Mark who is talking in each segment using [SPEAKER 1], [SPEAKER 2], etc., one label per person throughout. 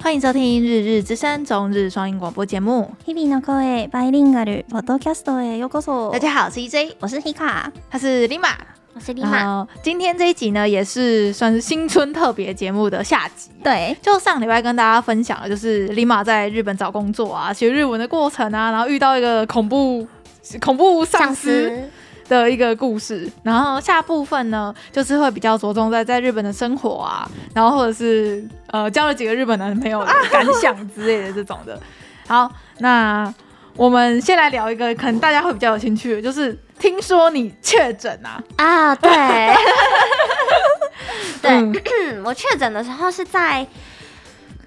[SPEAKER 1] 欢迎收听《日日之声》中日双语广播节目。
[SPEAKER 2] 日々の声バイリンガルポッドキャストへようこそ。
[SPEAKER 1] 大，家好，我是 EJ，
[SPEAKER 2] 我是 Hika，
[SPEAKER 1] 他是 Lima。
[SPEAKER 2] 哦我是
[SPEAKER 1] 然。后今天这一集呢，也是算是新春特别节目的下集。
[SPEAKER 2] 对，
[SPEAKER 1] 就上礼拜跟大家分享了，就是 Lima 在日本找工作啊，学日文的过程啊，然后遇到一个恐怖恐怖上司，的一个故事。然后下部分呢，就是会比较着重在在日本的生活啊，然后或者是呃交了几个日本男朋友的感想之类的这种的。好，那我们先来聊一个可能大家会比较有兴趣的，就是听说你确诊啊，
[SPEAKER 3] 啊， 对，对
[SPEAKER 1] 嗯，
[SPEAKER 3] 我确诊的时候是在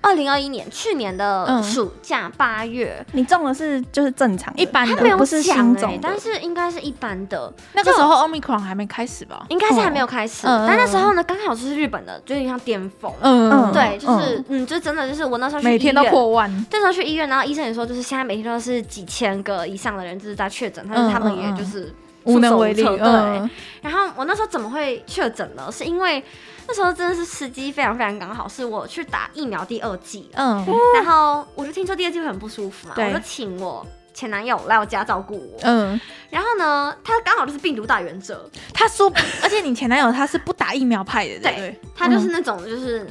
[SPEAKER 3] 二零二一年去年的
[SPEAKER 1] 嗯
[SPEAKER 3] 暑假八月，
[SPEAKER 2] 你中的是就是正常的
[SPEAKER 1] 一般
[SPEAKER 3] 他没
[SPEAKER 1] 的
[SPEAKER 2] 我
[SPEAKER 3] 有
[SPEAKER 2] 不是
[SPEAKER 3] 讲
[SPEAKER 2] 新
[SPEAKER 3] 哎、
[SPEAKER 2] 种的
[SPEAKER 3] 但是应该是一般的，
[SPEAKER 1] 那个时候 Omicron 还没开始吧？
[SPEAKER 3] 应该是还没有开始。
[SPEAKER 1] 嗯嗯嗯
[SPEAKER 3] 但那时候呢，刚好就是日本的，就有点像巅峰。
[SPEAKER 1] 嗯，
[SPEAKER 2] 嗯
[SPEAKER 3] 对，就是嗯就真的就是我那时候去
[SPEAKER 1] 每天
[SPEAKER 3] 医
[SPEAKER 1] 都
[SPEAKER 3] 院
[SPEAKER 1] 破万。
[SPEAKER 3] 那时候去医院，然后医生也说，就是现在每天都是几千个以上的人就是在确诊，但是他们
[SPEAKER 1] 嗯嗯嗯
[SPEAKER 3] 也就是
[SPEAKER 1] 无能为力，
[SPEAKER 3] 束手无策对。
[SPEAKER 1] 嗯，
[SPEAKER 3] 然后我那时候怎么会确诊呢？是因为那时候真的是时机非常非常刚好，是我去打疫苗第二剂了，
[SPEAKER 1] 嗯
[SPEAKER 3] 然后我就听说第二剂会很不舒服嘛，
[SPEAKER 1] 对
[SPEAKER 3] 我就请我前男友来我家照顾我。
[SPEAKER 1] 嗯，
[SPEAKER 3] 然后呢，他刚好就是病毒打源者，
[SPEAKER 1] 他说，而且你前男友他是不打疫苗派的，对不对？
[SPEAKER 3] 他就是那种就是、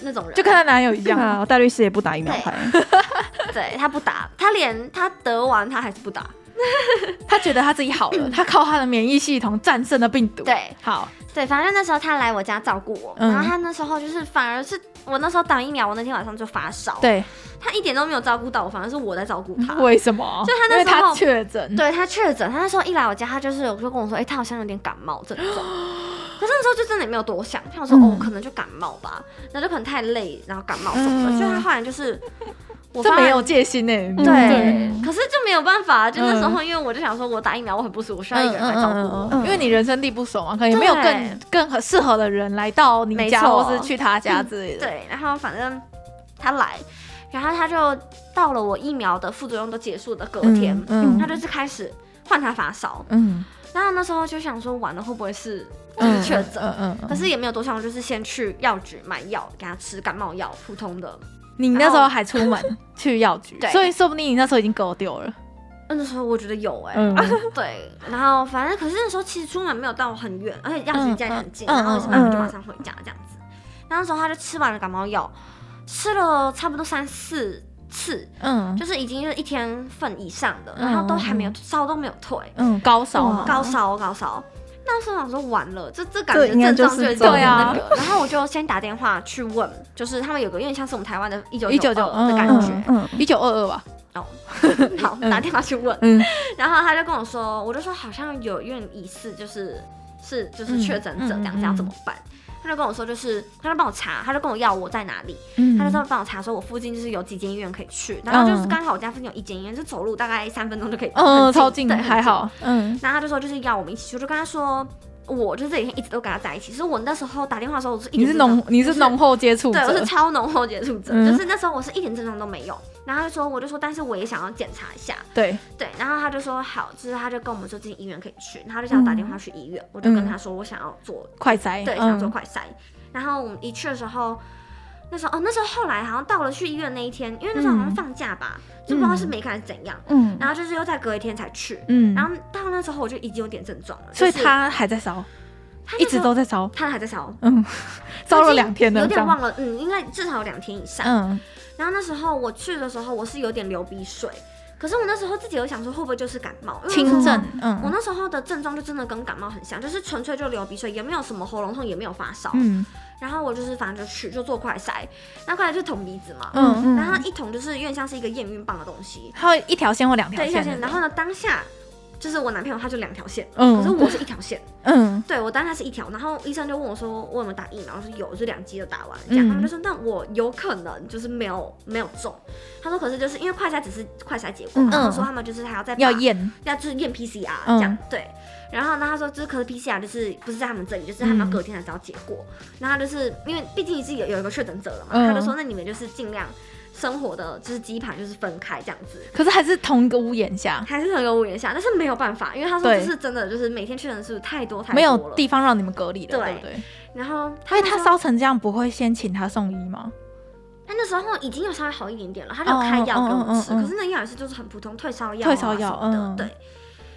[SPEAKER 3] 那种人，
[SPEAKER 1] 就跟她男友一样，
[SPEAKER 2] 啊，戴律师也不打疫苗牌，
[SPEAKER 3] 对他不打，他连他得完他还是不打。
[SPEAKER 1] 他觉得他自己好 了，他靠他的免疫系统战胜了病毒。
[SPEAKER 3] 对，
[SPEAKER 1] 好，
[SPEAKER 3] 对，反正那时候他来我家照顾我，
[SPEAKER 1] 嗯
[SPEAKER 3] 然后他那时候就是反而是我那时候打疫苗，我那天晚上就发烧，
[SPEAKER 1] 对，
[SPEAKER 3] 他一点都没有照顾到我，反而是我在照顾他。
[SPEAKER 1] 为什么？
[SPEAKER 3] 就他
[SPEAKER 1] 因
[SPEAKER 3] 那
[SPEAKER 1] 为
[SPEAKER 3] 时候
[SPEAKER 1] 他确诊，
[SPEAKER 3] 对他确诊，他那时候一来我家，他就是有就跟我说，哎、他好像有点感冒 症状。可是那时候就真的也没有多想，他想说、
[SPEAKER 1] 嗯
[SPEAKER 3] 哦，可能就感冒吧，然后就可能太累，然后感冒什么的。
[SPEAKER 1] 嗯
[SPEAKER 3] 所以他后来就是我
[SPEAKER 1] 这
[SPEAKER 3] 发
[SPEAKER 1] 没
[SPEAKER 3] 现
[SPEAKER 1] 有戒心呢、欸。
[SPEAKER 2] 嗯
[SPEAKER 3] 对
[SPEAKER 2] 对，
[SPEAKER 3] 可是就没有办法，就那
[SPEAKER 1] 嗯
[SPEAKER 3] 时候因为我就想说，我打疫苗我很不舒服，我需要一个人来照顾我。
[SPEAKER 1] 因为你人生地不熟嘛，可能也没有
[SPEAKER 3] 对
[SPEAKER 1] 更更合适合的人来到你家，
[SPEAKER 3] 没错
[SPEAKER 1] 或是去他家之类的。，
[SPEAKER 3] 对，然后反正他来，然后他就到了我疫苗的副作用都结束的隔天，
[SPEAKER 1] 嗯
[SPEAKER 3] 他就是开始换他发烧，
[SPEAKER 1] 嗯
[SPEAKER 3] 然后那时候就想说，完了会不会是就是
[SPEAKER 1] 嗯，
[SPEAKER 3] 确诊？
[SPEAKER 1] 嗯嗯嗯
[SPEAKER 3] 可是也没有多想，我就是先去药局买药给他吃感冒药，普通的。
[SPEAKER 1] 你那时候还出门去药局，
[SPEAKER 3] 对
[SPEAKER 1] 所以说不定你那时候已经狗丢了。
[SPEAKER 3] 那时候我觉得有哎、
[SPEAKER 1] 嗯，
[SPEAKER 3] 对，然后反正可是那时候其实出门没有到很远，而且药局离家也很近，
[SPEAKER 1] 嗯嗯
[SPEAKER 3] 然后
[SPEAKER 1] 嗯
[SPEAKER 3] 想我就
[SPEAKER 2] 嗯
[SPEAKER 3] 马上回家这样子。然后那时候他就吃完了感冒药，吃了差不多三四次，
[SPEAKER 1] 嗯
[SPEAKER 3] 就是已经是一天份以上的，
[SPEAKER 1] 嗯
[SPEAKER 3] 然后都还没有
[SPEAKER 1] 嗯
[SPEAKER 3] 烧都没有退，
[SPEAKER 1] 嗯，高烧嘛
[SPEAKER 2] 哇，
[SPEAKER 3] 高烧高烧。那时候想说完了，这这感
[SPEAKER 2] 这
[SPEAKER 3] 觉
[SPEAKER 2] 应该
[SPEAKER 3] 症
[SPEAKER 2] 就
[SPEAKER 3] 状
[SPEAKER 2] 是
[SPEAKER 3] 就
[SPEAKER 2] 中
[SPEAKER 3] 有那
[SPEAKER 1] 了
[SPEAKER 3] 个，然后我就先打电话去问，就是他们有个有点像是我们台湾的1992
[SPEAKER 1] 嗯
[SPEAKER 3] 的感觉，
[SPEAKER 2] 嗯嗯，
[SPEAKER 1] 一九二二吧。
[SPEAKER 3] 哦， 好，打电话去问，
[SPEAKER 1] 嗯
[SPEAKER 3] 然后他就跟我说，我就说好像有有点疑似，就是是就是确诊者
[SPEAKER 1] 嗯嗯
[SPEAKER 3] 这样，
[SPEAKER 1] 嗯
[SPEAKER 3] 这样怎么办？他就跟我说，就是他就帮我查，他就跟我要我在哪里，
[SPEAKER 1] 嗯
[SPEAKER 3] 他就说帮我查，说我附近就是有几间医院可以去，然后就是
[SPEAKER 1] 嗯
[SPEAKER 3] 刚好我家附近有一间医院，就走路大概三分钟就可以，
[SPEAKER 1] 嗯，
[SPEAKER 3] 很
[SPEAKER 1] 超近，
[SPEAKER 3] 对，很
[SPEAKER 1] 还。好。嗯
[SPEAKER 3] 然后他就说就是要我们一起去，我就跟他说。我就这几天一直都跟他在一起，所以我那时候打电话的时候，我是一
[SPEAKER 1] 你
[SPEAKER 3] 点
[SPEAKER 1] 是
[SPEAKER 3] 症状
[SPEAKER 1] 浓，你是浓厚接触
[SPEAKER 3] 对，我是
[SPEAKER 1] 者。
[SPEAKER 3] 超浓厚接触者，
[SPEAKER 1] 嗯
[SPEAKER 3] 就是那时候我是一点症状都没有。然后他就说，我就说，但是我也想要检查一下。
[SPEAKER 1] 对，
[SPEAKER 3] 对，然后他就说好，就是他就跟我们说这间医院可以去，然后他就叫我打电话去医院，我就跟他说我想要做，
[SPEAKER 1] 快塞。
[SPEAKER 3] 对，想要做
[SPEAKER 1] 嗯
[SPEAKER 3] 快筛。然后我们一去的时候，那时候哦，那时候后来好像到了去医院那一天，因为那时候好像
[SPEAKER 1] 嗯
[SPEAKER 3] 放假吧，就不知道是没看还是怎样，
[SPEAKER 2] 嗯，
[SPEAKER 3] 然后就是又再隔一天才去。
[SPEAKER 1] 嗯
[SPEAKER 3] 然后到那时候我就已经有点症状了，
[SPEAKER 1] 所以
[SPEAKER 3] 就是
[SPEAKER 1] 他还在烧，
[SPEAKER 3] 他那
[SPEAKER 1] 一
[SPEAKER 3] 时
[SPEAKER 1] 直
[SPEAKER 3] 候
[SPEAKER 1] 都在烧，
[SPEAKER 3] 他还在烧，
[SPEAKER 1] 嗯，烧了两天了，
[SPEAKER 3] 有
[SPEAKER 1] 这
[SPEAKER 3] 点
[SPEAKER 1] 样。
[SPEAKER 3] 忘了，嗯，应该至少有两天以上。
[SPEAKER 1] 嗯
[SPEAKER 3] 然后那时候我去的时候，我是有点流鼻水，可是我那时候自己有想说会不会就是感冒，因为我
[SPEAKER 1] 轻
[SPEAKER 3] 那时候
[SPEAKER 1] 症，
[SPEAKER 3] 我
[SPEAKER 1] 嗯
[SPEAKER 3] 那时候的症状就真的跟感冒很像，就是纯粹就流鼻水，也没有什么喉咙痛，也没有发烧。
[SPEAKER 1] 嗯
[SPEAKER 3] 然后我就是反正就去就做快筛，那快筛就捅鼻子嘛，
[SPEAKER 1] 嗯，
[SPEAKER 2] 嗯
[SPEAKER 3] 然后一捅就是有点像是一个验孕棒的东西，
[SPEAKER 1] 还有一条线或两条
[SPEAKER 3] 对，一条线。
[SPEAKER 1] 线，
[SPEAKER 3] 然后呢，当下就是我男朋友他就两条线，可是
[SPEAKER 1] 嗯
[SPEAKER 3] 我是一条线，
[SPEAKER 1] 嗯
[SPEAKER 3] 对我当下是一条。然后医生就问我说我有没有打疫苗，我说有，就两剂就打完了。这样、
[SPEAKER 1] 嗯
[SPEAKER 3] 他们就说那我有可能就是没有没有中。他说可是就是因为快筛只是快筛结果嘛，
[SPEAKER 2] 嗯
[SPEAKER 3] 他们说他们就是还要再
[SPEAKER 1] 要
[SPEAKER 3] 把
[SPEAKER 1] 验，
[SPEAKER 3] 要就是验 PCR
[SPEAKER 1] 嗯
[SPEAKER 3] 这样、对。然后呢，他说就是可是 PCR 就是不是在他们这里，就是他们要
[SPEAKER 1] 嗯
[SPEAKER 3] 隔天才知道结果。然后就是因为毕竟是有有一个确诊者了嘛，
[SPEAKER 1] 嗯
[SPEAKER 3] 他就说那你们就是尽量生活的就是基盘就是分开这样子。
[SPEAKER 1] 可是还是同一个屋檐下，
[SPEAKER 3] 还是很有屋檐下，但是没有办法，因为他说
[SPEAKER 1] 对
[SPEAKER 3] 就是真的，就是每天确诊数太多太
[SPEAKER 1] 没
[SPEAKER 3] 多了。
[SPEAKER 1] 有地方让你们隔离的，
[SPEAKER 3] 对
[SPEAKER 1] 对不对？
[SPEAKER 3] 然后
[SPEAKER 1] 因为
[SPEAKER 3] 就
[SPEAKER 1] 他
[SPEAKER 3] 说，
[SPEAKER 1] 烧成这样，不会先请他送医吗？
[SPEAKER 3] 哎，那时候已经有稍微好一点点了，他就有开药给我吃，
[SPEAKER 1] 哦哦哦哦哦
[SPEAKER 3] 可是那药也是就是很普通退烧药、啊、
[SPEAKER 1] 退烧药
[SPEAKER 3] 什么的，
[SPEAKER 1] 嗯
[SPEAKER 3] 对。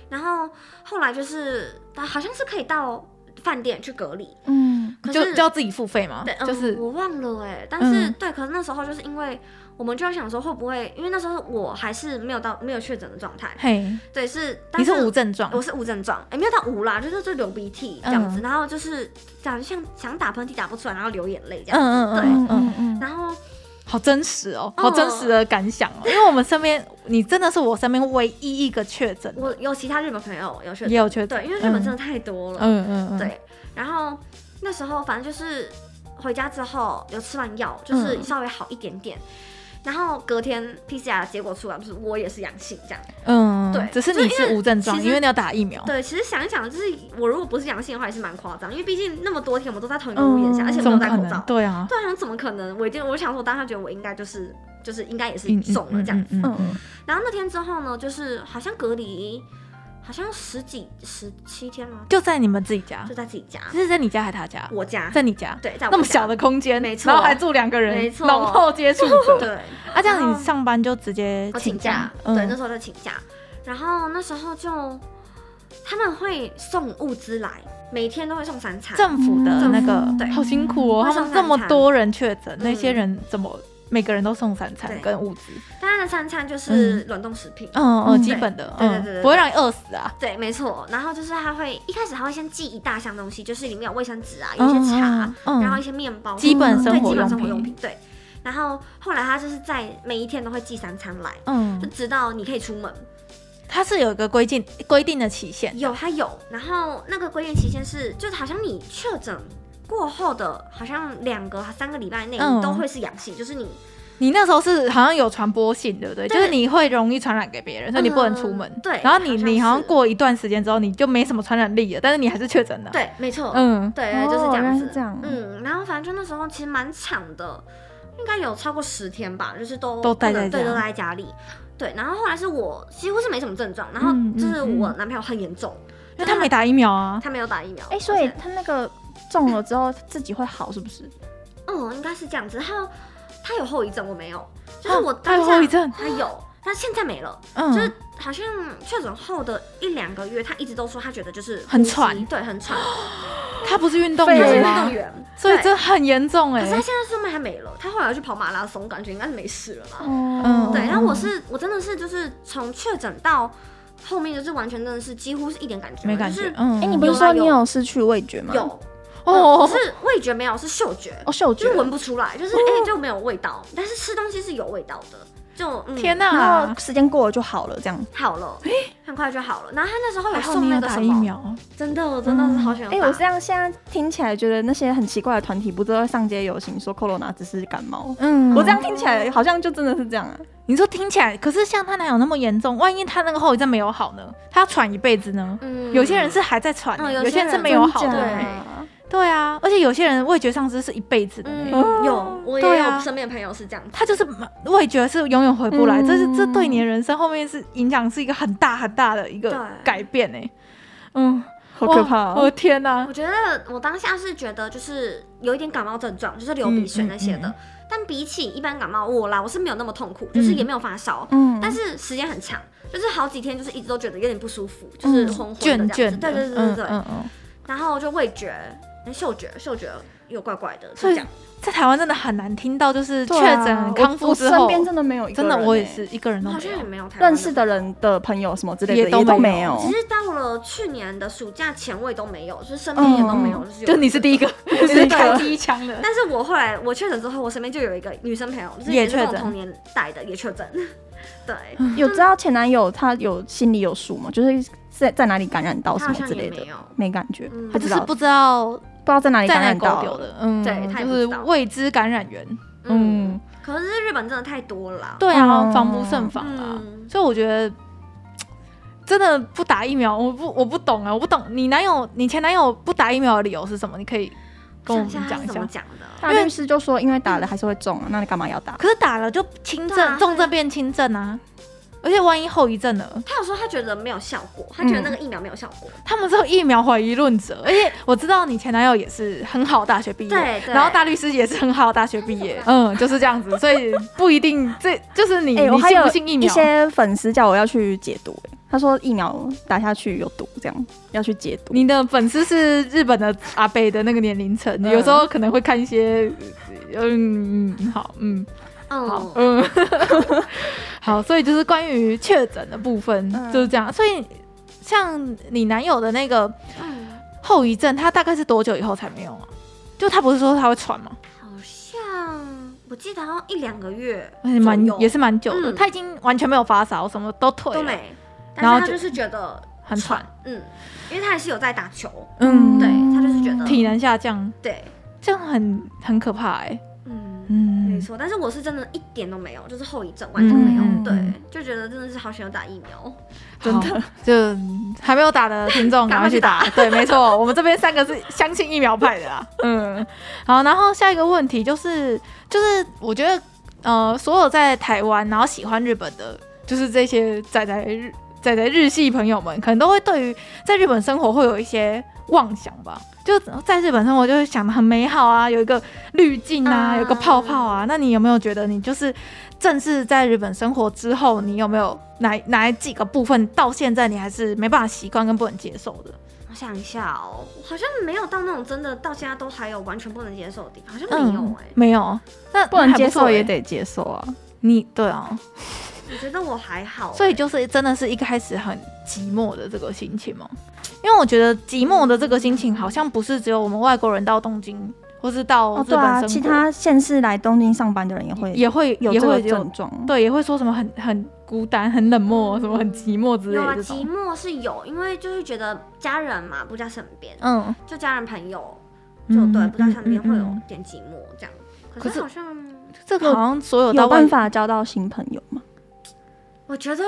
[SPEAKER 3] 然后后来就是，啊好像是可以到饭店去隔离，
[SPEAKER 2] 嗯
[SPEAKER 3] 可
[SPEAKER 1] 就是就要自己付费嘛
[SPEAKER 3] 对，，嗯、
[SPEAKER 1] 就是
[SPEAKER 3] 我忘了哎、但是、
[SPEAKER 1] 嗯
[SPEAKER 3] 对，可是那时候就是因为我们就在想说会不会，因为那时候我还是没有到没有确诊的状态，
[SPEAKER 1] 嘿，
[SPEAKER 3] 对，是但
[SPEAKER 1] 你
[SPEAKER 3] 是
[SPEAKER 1] 是无症状
[SPEAKER 3] 我，是无症状，哎也、没有到无啦，就是就流鼻涕这样
[SPEAKER 1] 嗯
[SPEAKER 3] 子，然后就是想像想打喷嚏打不出来，然后流眼泪这
[SPEAKER 1] 嗯
[SPEAKER 3] 样，
[SPEAKER 1] 嗯
[SPEAKER 3] 对
[SPEAKER 1] 嗯嗯嗯，
[SPEAKER 2] 嗯，
[SPEAKER 3] 然后
[SPEAKER 1] 好真实哦，
[SPEAKER 3] 嗯
[SPEAKER 1] 好真实的感想哦，因为我们身边你真的是我身边唯一一个确诊的，
[SPEAKER 3] 我有其他日本朋友有确
[SPEAKER 1] 也
[SPEAKER 3] 诊，
[SPEAKER 1] 有确诊，
[SPEAKER 3] 对，因为日本
[SPEAKER 1] 嗯
[SPEAKER 3] 真的太多了，
[SPEAKER 1] 嗯嗯嗯，
[SPEAKER 3] 对，然后那时候反正就是回家之后有吃完药，就是
[SPEAKER 1] 嗯
[SPEAKER 3] 稍微好一点点。然后隔天 PCR 结果出来，就是我也是阳性这样。
[SPEAKER 1] 嗯，
[SPEAKER 3] 对
[SPEAKER 1] 只是你是无症状，
[SPEAKER 3] 就因为其实
[SPEAKER 1] 因为你要打疫苗，
[SPEAKER 3] 对，其实想一想，就是我如果不是阳性的话，也是蛮夸张，因为毕竟那么多天我们都在同一个屋檐下，
[SPEAKER 2] 嗯
[SPEAKER 3] 而且
[SPEAKER 1] 怎
[SPEAKER 3] 我
[SPEAKER 1] 么
[SPEAKER 3] 们都戴
[SPEAKER 1] 可
[SPEAKER 3] 口
[SPEAKER 1] 能
[SPEAKER 3] 罩？。
[SPEAKER 1] 对啊，
[SPEAKER 3] 对啊，怎么可能？我一定，我想说，我当时觉得我应该就是就是应该也是
[SPEAKER 1] 嗯
[SPEAKER 3] 中了这样。
[SPEAKER 1] 嗯嗯嗯
[SPEAKER 2] 嗯
[SPEAKER 3] 然后那天之后呢，就是好像隔离，好像十几十七天吗？
[SPEAKER 1] 就在你们自己家
[SPEAKER 3] 就，在自己家，
[SPEAKER 1] 是在你家还是他家？
[SPEAKER 3] 我家，
[SPEAKER 1] 在你家，
[SPEAKER 3] 对，在我
[SPEAKER 1] 那么
[SPEAKER 3] 家
[SPEAKER 1] 小的空间，
[SPEAKER 3] 没错
[SPEAKER 1] 然后还住两个人，
[SPEAKER 3] 没错
[SPEAKER 1] 浓厚接触者。
[SPEAKER 3] 对，
[SPEAKER 1] 啊，这样
[SPEAKER 3] 然后
[SPEAKER 1] 你上班就直接
[SPEAKER 3] 我哦请
[SPEAKER 1] 假
[SPEAKER 3] 假，，
[SPEAKER 1] 嗯
[SPEAKER 3] 对，那时候就请假。然后那时候就他们会送物资来，每天都会送三餐。
[SPEAKER 1] 政府的那个
[SPEAKER 2] 嗯
[SPEAKER 3] 对
[SPEAKER 1] 好辛苦哦，
[SPEAKER 3] 会
[SPEAKER 1] 他
[SPEAKER 3] 送
[SPEAKER 1] 们这么
[SPEAKER 3] 三餐
[SPEAKER 1] 多人确诊，那些
[SPEAKER 3] 嗯
[SPEAKER 1] 人怎么每个人都送三餐
[SPEAKER 3] 对
[SPEAKER 1] 跟物资？
[SPEAKER 3] 但他的三餐就是冷冻食品。
[SPEAKER 1] 嗯嗯，
[SPEAKER 2] 嗯
[SPEAKER 1] 基
[SPEAKER 3] 对
[SPEAKER 1] 本的，
[SPEAKER 3] 对对对
[SPEAKER 1] 嗯，
[SPEAKER 3] 对
[SPEAKER 1] 不会让你饿死啊。
[SPEAKER 3] 对，没错。然后就是他会一开始他会先寄一大箱东西，就是里面有卫生纸啊，有一
[SPEAKER 1] 嗯
[SPEAKER 3] 些茶，
[SPEAKER 1] 嗯，
[SPEAKER 3] 然后一些面包，
[SPEAKER 1] 基本
[SPEAKER 3] 对
[SPEAKER 1] 生活
[SPEAKER 3] 基本
[SPEAKER 1] 用
[SPEAKER 3] 生活用
[SPEAKER 1] 品，
[SPEAKER 3] 品。对。然后后来他就是在每一天都会寄三餐来，就
[SPEAKER 1] 嗯，
[SPEAKER 3] 直到你可以出门。
[SPEAKER 1] 它是有一个规定规定的期限，
[SPEAKER 3] 有，他有。然后那个归院期限是，就是好像你确诊过后的，好像两个三个礼拜内
[SPEAKER 1] 嗯
[SPEAKER 3] 你都会是阳性，就是你
[SPEAKER 1] 你那时候是好像有传播性，对不对？
[SPEAKER 3] 对
[SPEAKER 1] 就是你会容易传染给别人，所以你不能出门。
[SPEAKER 3] 嗯对
[SPEAKER 1] 然后你
[SPEAKER 3] 好像
[SPEAKER 1] 你好像
[SPEAKER 3] 是
[SPEAKER 1] 过一段时间之后，你就没什么传染力了，但是你还是确诊了。，
[SPEAKER 3] 对，没错，
[SPEAKER 1] 嗯，
[SPEAKER 3] 对，
[SPEAKER 2] 哦
[SPEAKER 3] 就是这
[SPEAKER 2] 原
[SPEAKER 3] 样
[SPEAKER 2] 来
[SPEAKER 3] 子
[SPEAKER 2] 是，这样
[SPEAKER 3] 嗯，然后反正就那时候其实蛮长的，应该有超过十天吧，就是都
[SPEAKER 1] 都
[SPEAKER 3] 不
[SPEAKER 1] 待
[SPEAKER 3] 能
[SPEAKER 1] 在
[SPEAKER 3] 对，
[SPEAKER 1] 家
[SPEAKER 3] 都待在家里。对，然后后来是我几乎是没什么症状，然后
[SPEAKER 1] 嗯嗯
[SPEAKER 3] 就是我
[SPEAKER 1] 嗯
[SPEAKER 3] 男朋友很严重，
[SPEAKER 1] 因为他没打疫苗啊。
[SPEAKER 3] 他没有打疫苗，
[SPEAKER 2] 哎，所以他那个中了之后自己会好是不是？
[SPEAKER 3] 嗯，应该是这样子。然后他有后遗症，我没有，就是
[SPEAKER 1] 哦
[SPEAKER 3] 我
[SPEAKER 1] 他有
[SPEAKER 3] 当下
[SPEAKER 1] 后遗症
[SPEAKER 3] 他有，但现在没了。
[SPEAKER 1] 嗯，
[SPEAKER 3] 就是好像确诊后的一两个月，他一直都说他觉得就是
[SPEAKER 1] 很
[SPEAKER 3] 呼吸
[SPEAKER 1] 喘
[SPEAKER 3] 对，很 喘，
[SPEAKER 1] 他不是运动
[SPEAKER 3] 他
[SPEAKER 2] 对
[SPEAKER 1] 员
[SPEAKER 3] 是运
[SPEAKER 1] 吗
[SPEAKER 3] 动？员，
[SPEAKER 1] 所以
[SPEAKER 3] 对
[SPEAKER 1] 这很严重哎
[SPEAKER 3] 可是。他现在说明还没了，他后来要去跑马拉松，感觉应该是没事了啦。
[SPEAKER 1] 嗯
[SPEAKER 3] 对，然后
[SPEAKER 2] 我
[SPEAKER 3] 我是我真的是就是从确诊到后面就是完全真的是几乎是一点感觉
[SPEAKER 1] 没感
[SPEAKER 3] 就
[SPEAKER 1] 觉
[SPEAKER 3] 是，
[SPEAKER 1] 嗯，
[SPEAKER 2] 哎，你不是说你有失去味觉吗？
[SPEAKER 3] 有
[SPEAKER 1] 哦，
[SPEAKER 3] 呃是味觉没有，是嗅觉，
[SPEAKER 2] 哦，嗅
[SPEAKER 3] 就
[SPEAKER 2] 觉
[SPEAKER 3] 是。闻不出来，就是哎、就没有味道，但是吃东西是有味道的，就、嗯、
[SPEAKER 1] 天
[SPEAKER 2] 然
[SPEAKER 1] 哪
[SPEAKER 2] 后！时间过了就好了，这样。
[SPEAKER 3] 好了，很快就好了。然后他那时候有
[SPEAKER 1] 还好
[SPEAKER 3] 送
[SPEAKER 1] 你
[SPEAKER 3] 那
[SPEAKER 1] 有
[SPEAKER 3] 个
[SPEAKER 1] 打
[SPEAKER 3] 什
[SPEAKER 1] 疫
[SPEAKER 3] 么，
[SPEAKER 1] 苗，嗯
[SPEAKER 3] 真的我真的是好想要
[SPEAKER 2] 哎、
[SPEAKER 3] 打
[SPEAKER 2] 我这样现在听起来觉得那些很奇怪的团体，不是都会上街游行说 corona 只是感冒？
[SPEAKER 1] 嗯
[SPEAKER 2] 我这样听起来好像就真的是这样啊。
[SPEAKER 1] 你说听起来，可是像他哪有那么严重？万一他那个后遗症没有好呢？他要喘一辈子呢？
[SPEAKER 3] 嗯
[SPEAKER 1] 有些人是还在喘欸，
[SPEAKER 3] 嗯有
[SPEAKER 1] 有
[SPEAKER 3] 些
[SPEAKER 1] 些人是
[SPEAKER 3] 人
[SPEAKER 1] 没有好的
[SPEAKER 2] 真假
[SPEAKER 1] 欸。
[SPEAKER 3] 对
[SPEAKER 1] 对啊，而且有些人味觉丧失是一辈子的呢、
[SPEAKER 3] 嗯
[SPEAKER 2] 哦
[SPEAKER 3] 有，我
[SPEAKER 1] 对
[SPEAKER 3] 也
[SPEAKER 1] 啊
[SPEAKER 3] 有身边的朋友是这样子，
[SPEAKER 1] 他就是味觉是永远回不来，
[SPEAKER 2] 嗯
[SPEAKER 1] 这是这对你的人生后面是影响是一个很大很大的一
[SPEAKER 3] 对
[SPEAKER 1] 个改变呢、嗯，
[SPEAKER 2] 好可怕
[SPEAKER 1] 哇
[SPEAKER 2] 哦、
[SPEAKER 1] 我的天哪、
[SPEAKER 3] 我觉得我当下是觉得就是有一点感冒症状，就是流鼻水那些
[SPEAKER 1] 嗯
[SPEAKER 3] 的。
[SPEAKER 1] 嗯
[SPEAKER 3] 但比起一般感冒，我啦我是没有那么痛苦，就是也没有发烧，
[SPEAKER 2] 嗯
[SPEAKER 3] 但是时间很长，就是好几天就是一直都觉得有点不舒服，就是昏昏的这样
[SPEAKER 1] 倦
[SPEAKER 3] 子。
[SPEAKER 1] 嗯倦的，
[SPEAKER 3] 对对对对对。
[SPEAKER 1] 嗯嗯嗯。
[SPEAKER 3] 然后就味觉、嗅觉、嗅觉又怪怪的，就
[SPEAKER 1] 所以
[SPEAKER 3] 这样。
[SPEAKER 1] 在台湾真的很难听到，就是确
[SPEAKER 2] 对啊
[SPEAKER 1] 诊
[SPEAKER 2] 我
[SPEAKER 1] 康复
[SPEAKER 2] 我
[SPEAKER 1] 之后
[SPEAKER 2] 身，边真的没有一个
[SPEAKER 1] 真
[SPEAKER 2] 人欸、
[SPEAKER 1] 的我也是一个人都
[SPEAKER 3] 好
[SPEAKER 1] 没
[SPEAKER 3] 像也
[SPEAKER 1] 有。
[SPEAKER 3] 没有太
[SPEAKER 2] 认识的。人的朋友什么之类的
[SPEAKER 1] 也都
[SPEAKER 2] 也都
[SPEAKER 1] 没
[SPEAKER 2] 没
[SPEAKER 1] 有
[SPEAKER 2] 有。
[SPEAKER 3] 其实到了去年的暑假前，我也都没有，就是身边也都没有，
[SPEAKER 2] 嗯
[SPEAKER 3] 就是有
[SPEAKER 1] 就你是第一 个，你是开第一枪的。
[SPEAKER 3] 但是我后来我确诊之后，我身边就有一个女生朋友，就是
[SPEAKER 1] 也
[SPEAKER 3] 也是跟
[SPEAKER 1] 确
[SPEAKER 3] 我
[SPEAKER 1] 诊哦
[SPEAKER 3] 同年代的也确诊， 对，
[SPEAKER 2] 有知道前男友他有心里有数吗？就是在在哪里感染到什
[SPEAKER 3] 她好
[SPEAKER 2] 么
[SPEAKER 3] 像
[SPEAKER 2] 之
[SPEAKER 3] 也
[SPEAKER 2] 类
[SPEAKER 3] 没
[SPEAKER 2] 的，
[SPEAKER 3] 有。
[SPEAKER 2] 没感觉，
[SPEAKER 3] 嗯
[SPEAKER 2] 他
[SPEAKER 1] 就
[SPEAKER 2] 知
[SPEAKER 1] 是
[SPEAKER 2] 道
[SPEAKER 1] 不知道
[SPEAKER 2] 不知道在哪里
[SPEAKER 1] 在
[SPEAKER 2] 感
[SPEAKER 1] 那
[SPEAKER 2] 染
[SPEAKER 1] 狗
[SPEAKER 2] 到
[SPEAKER 1] 丢的，嗯，
[SPEAKER 3] 对他也
[SPEAKER 1] 就
[SPEAKER 3] 不
[SPEAKER 1] 是
[SPEAKER 3] 知道
[SPEAKER 1] 未知感染源，嗯
[SPEAKER 3] 嗯，，可是日本真的太多了啦。
[SPEAKER 1] 对啊，
[SPEAKER 2] 哦
[SPEAKER 1] 防不胜防啊，
[SPEAKER 3] 嗯，
[SPEAKER 1] 所以我觉得真的不打疫苗，我不我不懂啊，我不懂你男友你前男友不打疫苗的理由是什么？你可以跟我
[SPEAKER 3] 想
[SPEAKER 1] 们
[SPEAKER 3] 下他
[SPEAKER 1] 讲
[SPEAKER 3] 是
[SPEAKER 1] 一
[SPEAKER 3] 怎么
[SPEAKER 1] 下。
[SPEAKER 3] 讲的。
[SPEAKER 2] 大律师就说因为打了还是会中啊，那你干嘛要打？
[SPEAKER 1] 可是打了就轻
[SPEAKER 3] 对啊
[SPEAKER 1] 症，重症变轻症啊，而且万一后遗症呢？
[SPEAKER 3] 他有说他觉得没有效果，
[SPEAKER 1] 嗯
[SPEAKER 3] 他觉得那个疫苗没有效果。
[SPEAKER 1] 他们只有疫苗怀疑论者，而且我知道你前男友也是很好的大学毕业，
[SPEAKER 3] 对对
[SPEAKER 1] 嗯然后大律师也是很好的大学毕 业，嗯，就是这样子，所以不一定，这就是你、
[SPEAKER 2] 哎、我
[SPEAKER 1] 你
[SPEAKER 2] 还
[SPEAKER 1] 信
[SPEAKER 2] 有
[SPEAKER 1] 不信疫
[SPEAKER 2] 一
[SPEAKER 1] 苗？
[SPEAKER 2] 些粉丝叫我要去解毒、哎，他说疫苗打下去有毒，这样要去解毒。
[SPEAKER 1] 你的粉丝是日本的阿北的那个年龄层，有时候可能会看一些，嗯嗯，好，嗯好
[SPEAKER 3] 嗯，，
[SPEAKER 1] 嗯，好，所以就是关于确诊的部分、
[SPEAKER 2] 嗯
[SPEAKER 1] 就是这样。所以像你男友的那个
[SPEAKER 3] 嗯
[SPEAKER 1] 后遗症，他大概是多久以后才没有啊？就他不是说他会传吗？
[SPEAKER 3] 好像我记得好像一两个月
[SPEAKER 1] 而且哎蛮
[SPEAKER 3] 左右
[SPEAKER 1] 也是蛮久的、
[SPEAKER 3] 嗯
[SPEAKER 1] 他已经完全没有发烧，什么都退了
[SPEAKER 3] 都没，
[SPEAKER 1] 然
[SPEAKER 3] 但
[SPEAKER 1] 后
[SPEAKER 3] 是他
[SPEAKER 1] 就
[SPEAKER 3] 就是觉得
[SPEAKER 1] 很喘，
[SPEAKER 3] 嗯，因为他还是有在打球，
[SPEAKER 1] 嗯，
[SPEAKER 3] 对他就是觉得
[SPEAKER 1] 体能下降，
[SPEAKER 3] 对，
[SPEAKER 1] 这样很很可怕哎、
[SPEAKER 3] 嗯。
[SPEAKER 1] 嗯
[SPEAKER 3] 没错，但是我是真的一点都没有，就是后遗症完全没有，
[SPEAKER 1] 嗯
[SPEAKER 3] 对，就觉得真的是好想要打疫苗，
[SPEAKER 1] 真的，就还没有打的听众赶 快
[SPEAKER 3] 赶快
[SPEAKER 1] 去
[SPEAKER 3] 去
[SPEAKER 1] 打。对，没错，我们这边三个是相信疫苗派的 啦。嗯，好，然后下一个问题就是，就是我觉得，呃，所有在台湾然后喜欢日本的，就是这些仔仔日仔仔日系朋友们，可能都会对于在日本生活会有一些妄想吧。就在日本生活，就会想的很美好啊，有一个滤镜啊，
[SPEAKER 3] 嗯
[SPEAKER 1] 有个泡泡啊。那你有没有觉得，你就是正式在日本生活之后，你有没有哪哪几个部分到现在你还是没办法习惯跟不能接受的？
[SPEAKER 3] 我想一下哦，好像没有到那种真的到现在都还有完全不能接受的地方，好像没有哎、
[SPEAKER 1] 嗯没有，那
[SPEAKER 2] 不能接
[SPEAKER 1] 那还不错
[SPEAKER 2] 受
[SPEAKER 1] 欸
[SPEAKER 2] 也得接受啊。
[SPEAKER 1] 你对啊，
[SPEAKER 3] 我觉得我还好、欸
[SPEAKER 1] 所以就是真的是一开始很寂寞的这个心情嘛，因为我觉得寂寞的这个心情好像不是只有我们外国人到东京或是到
[SPEAKER 2] 哦，
[SPEAKER 1] 日
[SPEAKER 2] 对
[SPEAKER 1] 本生活，
[SPEAKER 2] 啊，其他县市来东京上班的人也会
[SPEAKER 1] 也会
[SPEAKER 2] 有
[SPEAKER 1] 也
[SPEAKER 2] 这
[SPEAKER 1] 会
[SPEAKER 2] 个
[SPEAKER 1] 有
[SPEAKER 2] 症状。
[SPEAKER 1] 对也会说什么很很孤单、很冷漠、什么很寂寞之类
[SPEAKER 3] 有啊，
[SPEAKER 1] 的这
[SPEAKER 3] 寂
[SPEAKER 1] 种。
[SPEAKER 3] 寞是有，因为就是觉得家人嘛不在身边，
[SPEAKER 1] 嗯，
[SPEAKER 3] 就家人朋友就
[SPEAKER 1] 嗯
[SPEAKER 3] 对
[SPEAKER 1] 嗯
[SPEAKER 3] 不在身边
[SPEAKER 1] 嗯嗯
[SPEAKER 3] 会
[SPEAKER 1] 嗯
[SPEAKER 3] 有点寂寞这样。
[SPEAKER 1] 可
[SPEAKER 3] 可
[SPEAKER 1] 是
[SPEAKER 3] 是好像
[SPEAKER 1] 这个好像所有到
[SPEAKER 2] 有
[SPEAKER 1] 外
[SPEAKER 2] 办法交到新朋友吗？
[SPEAKER 3] 我觉得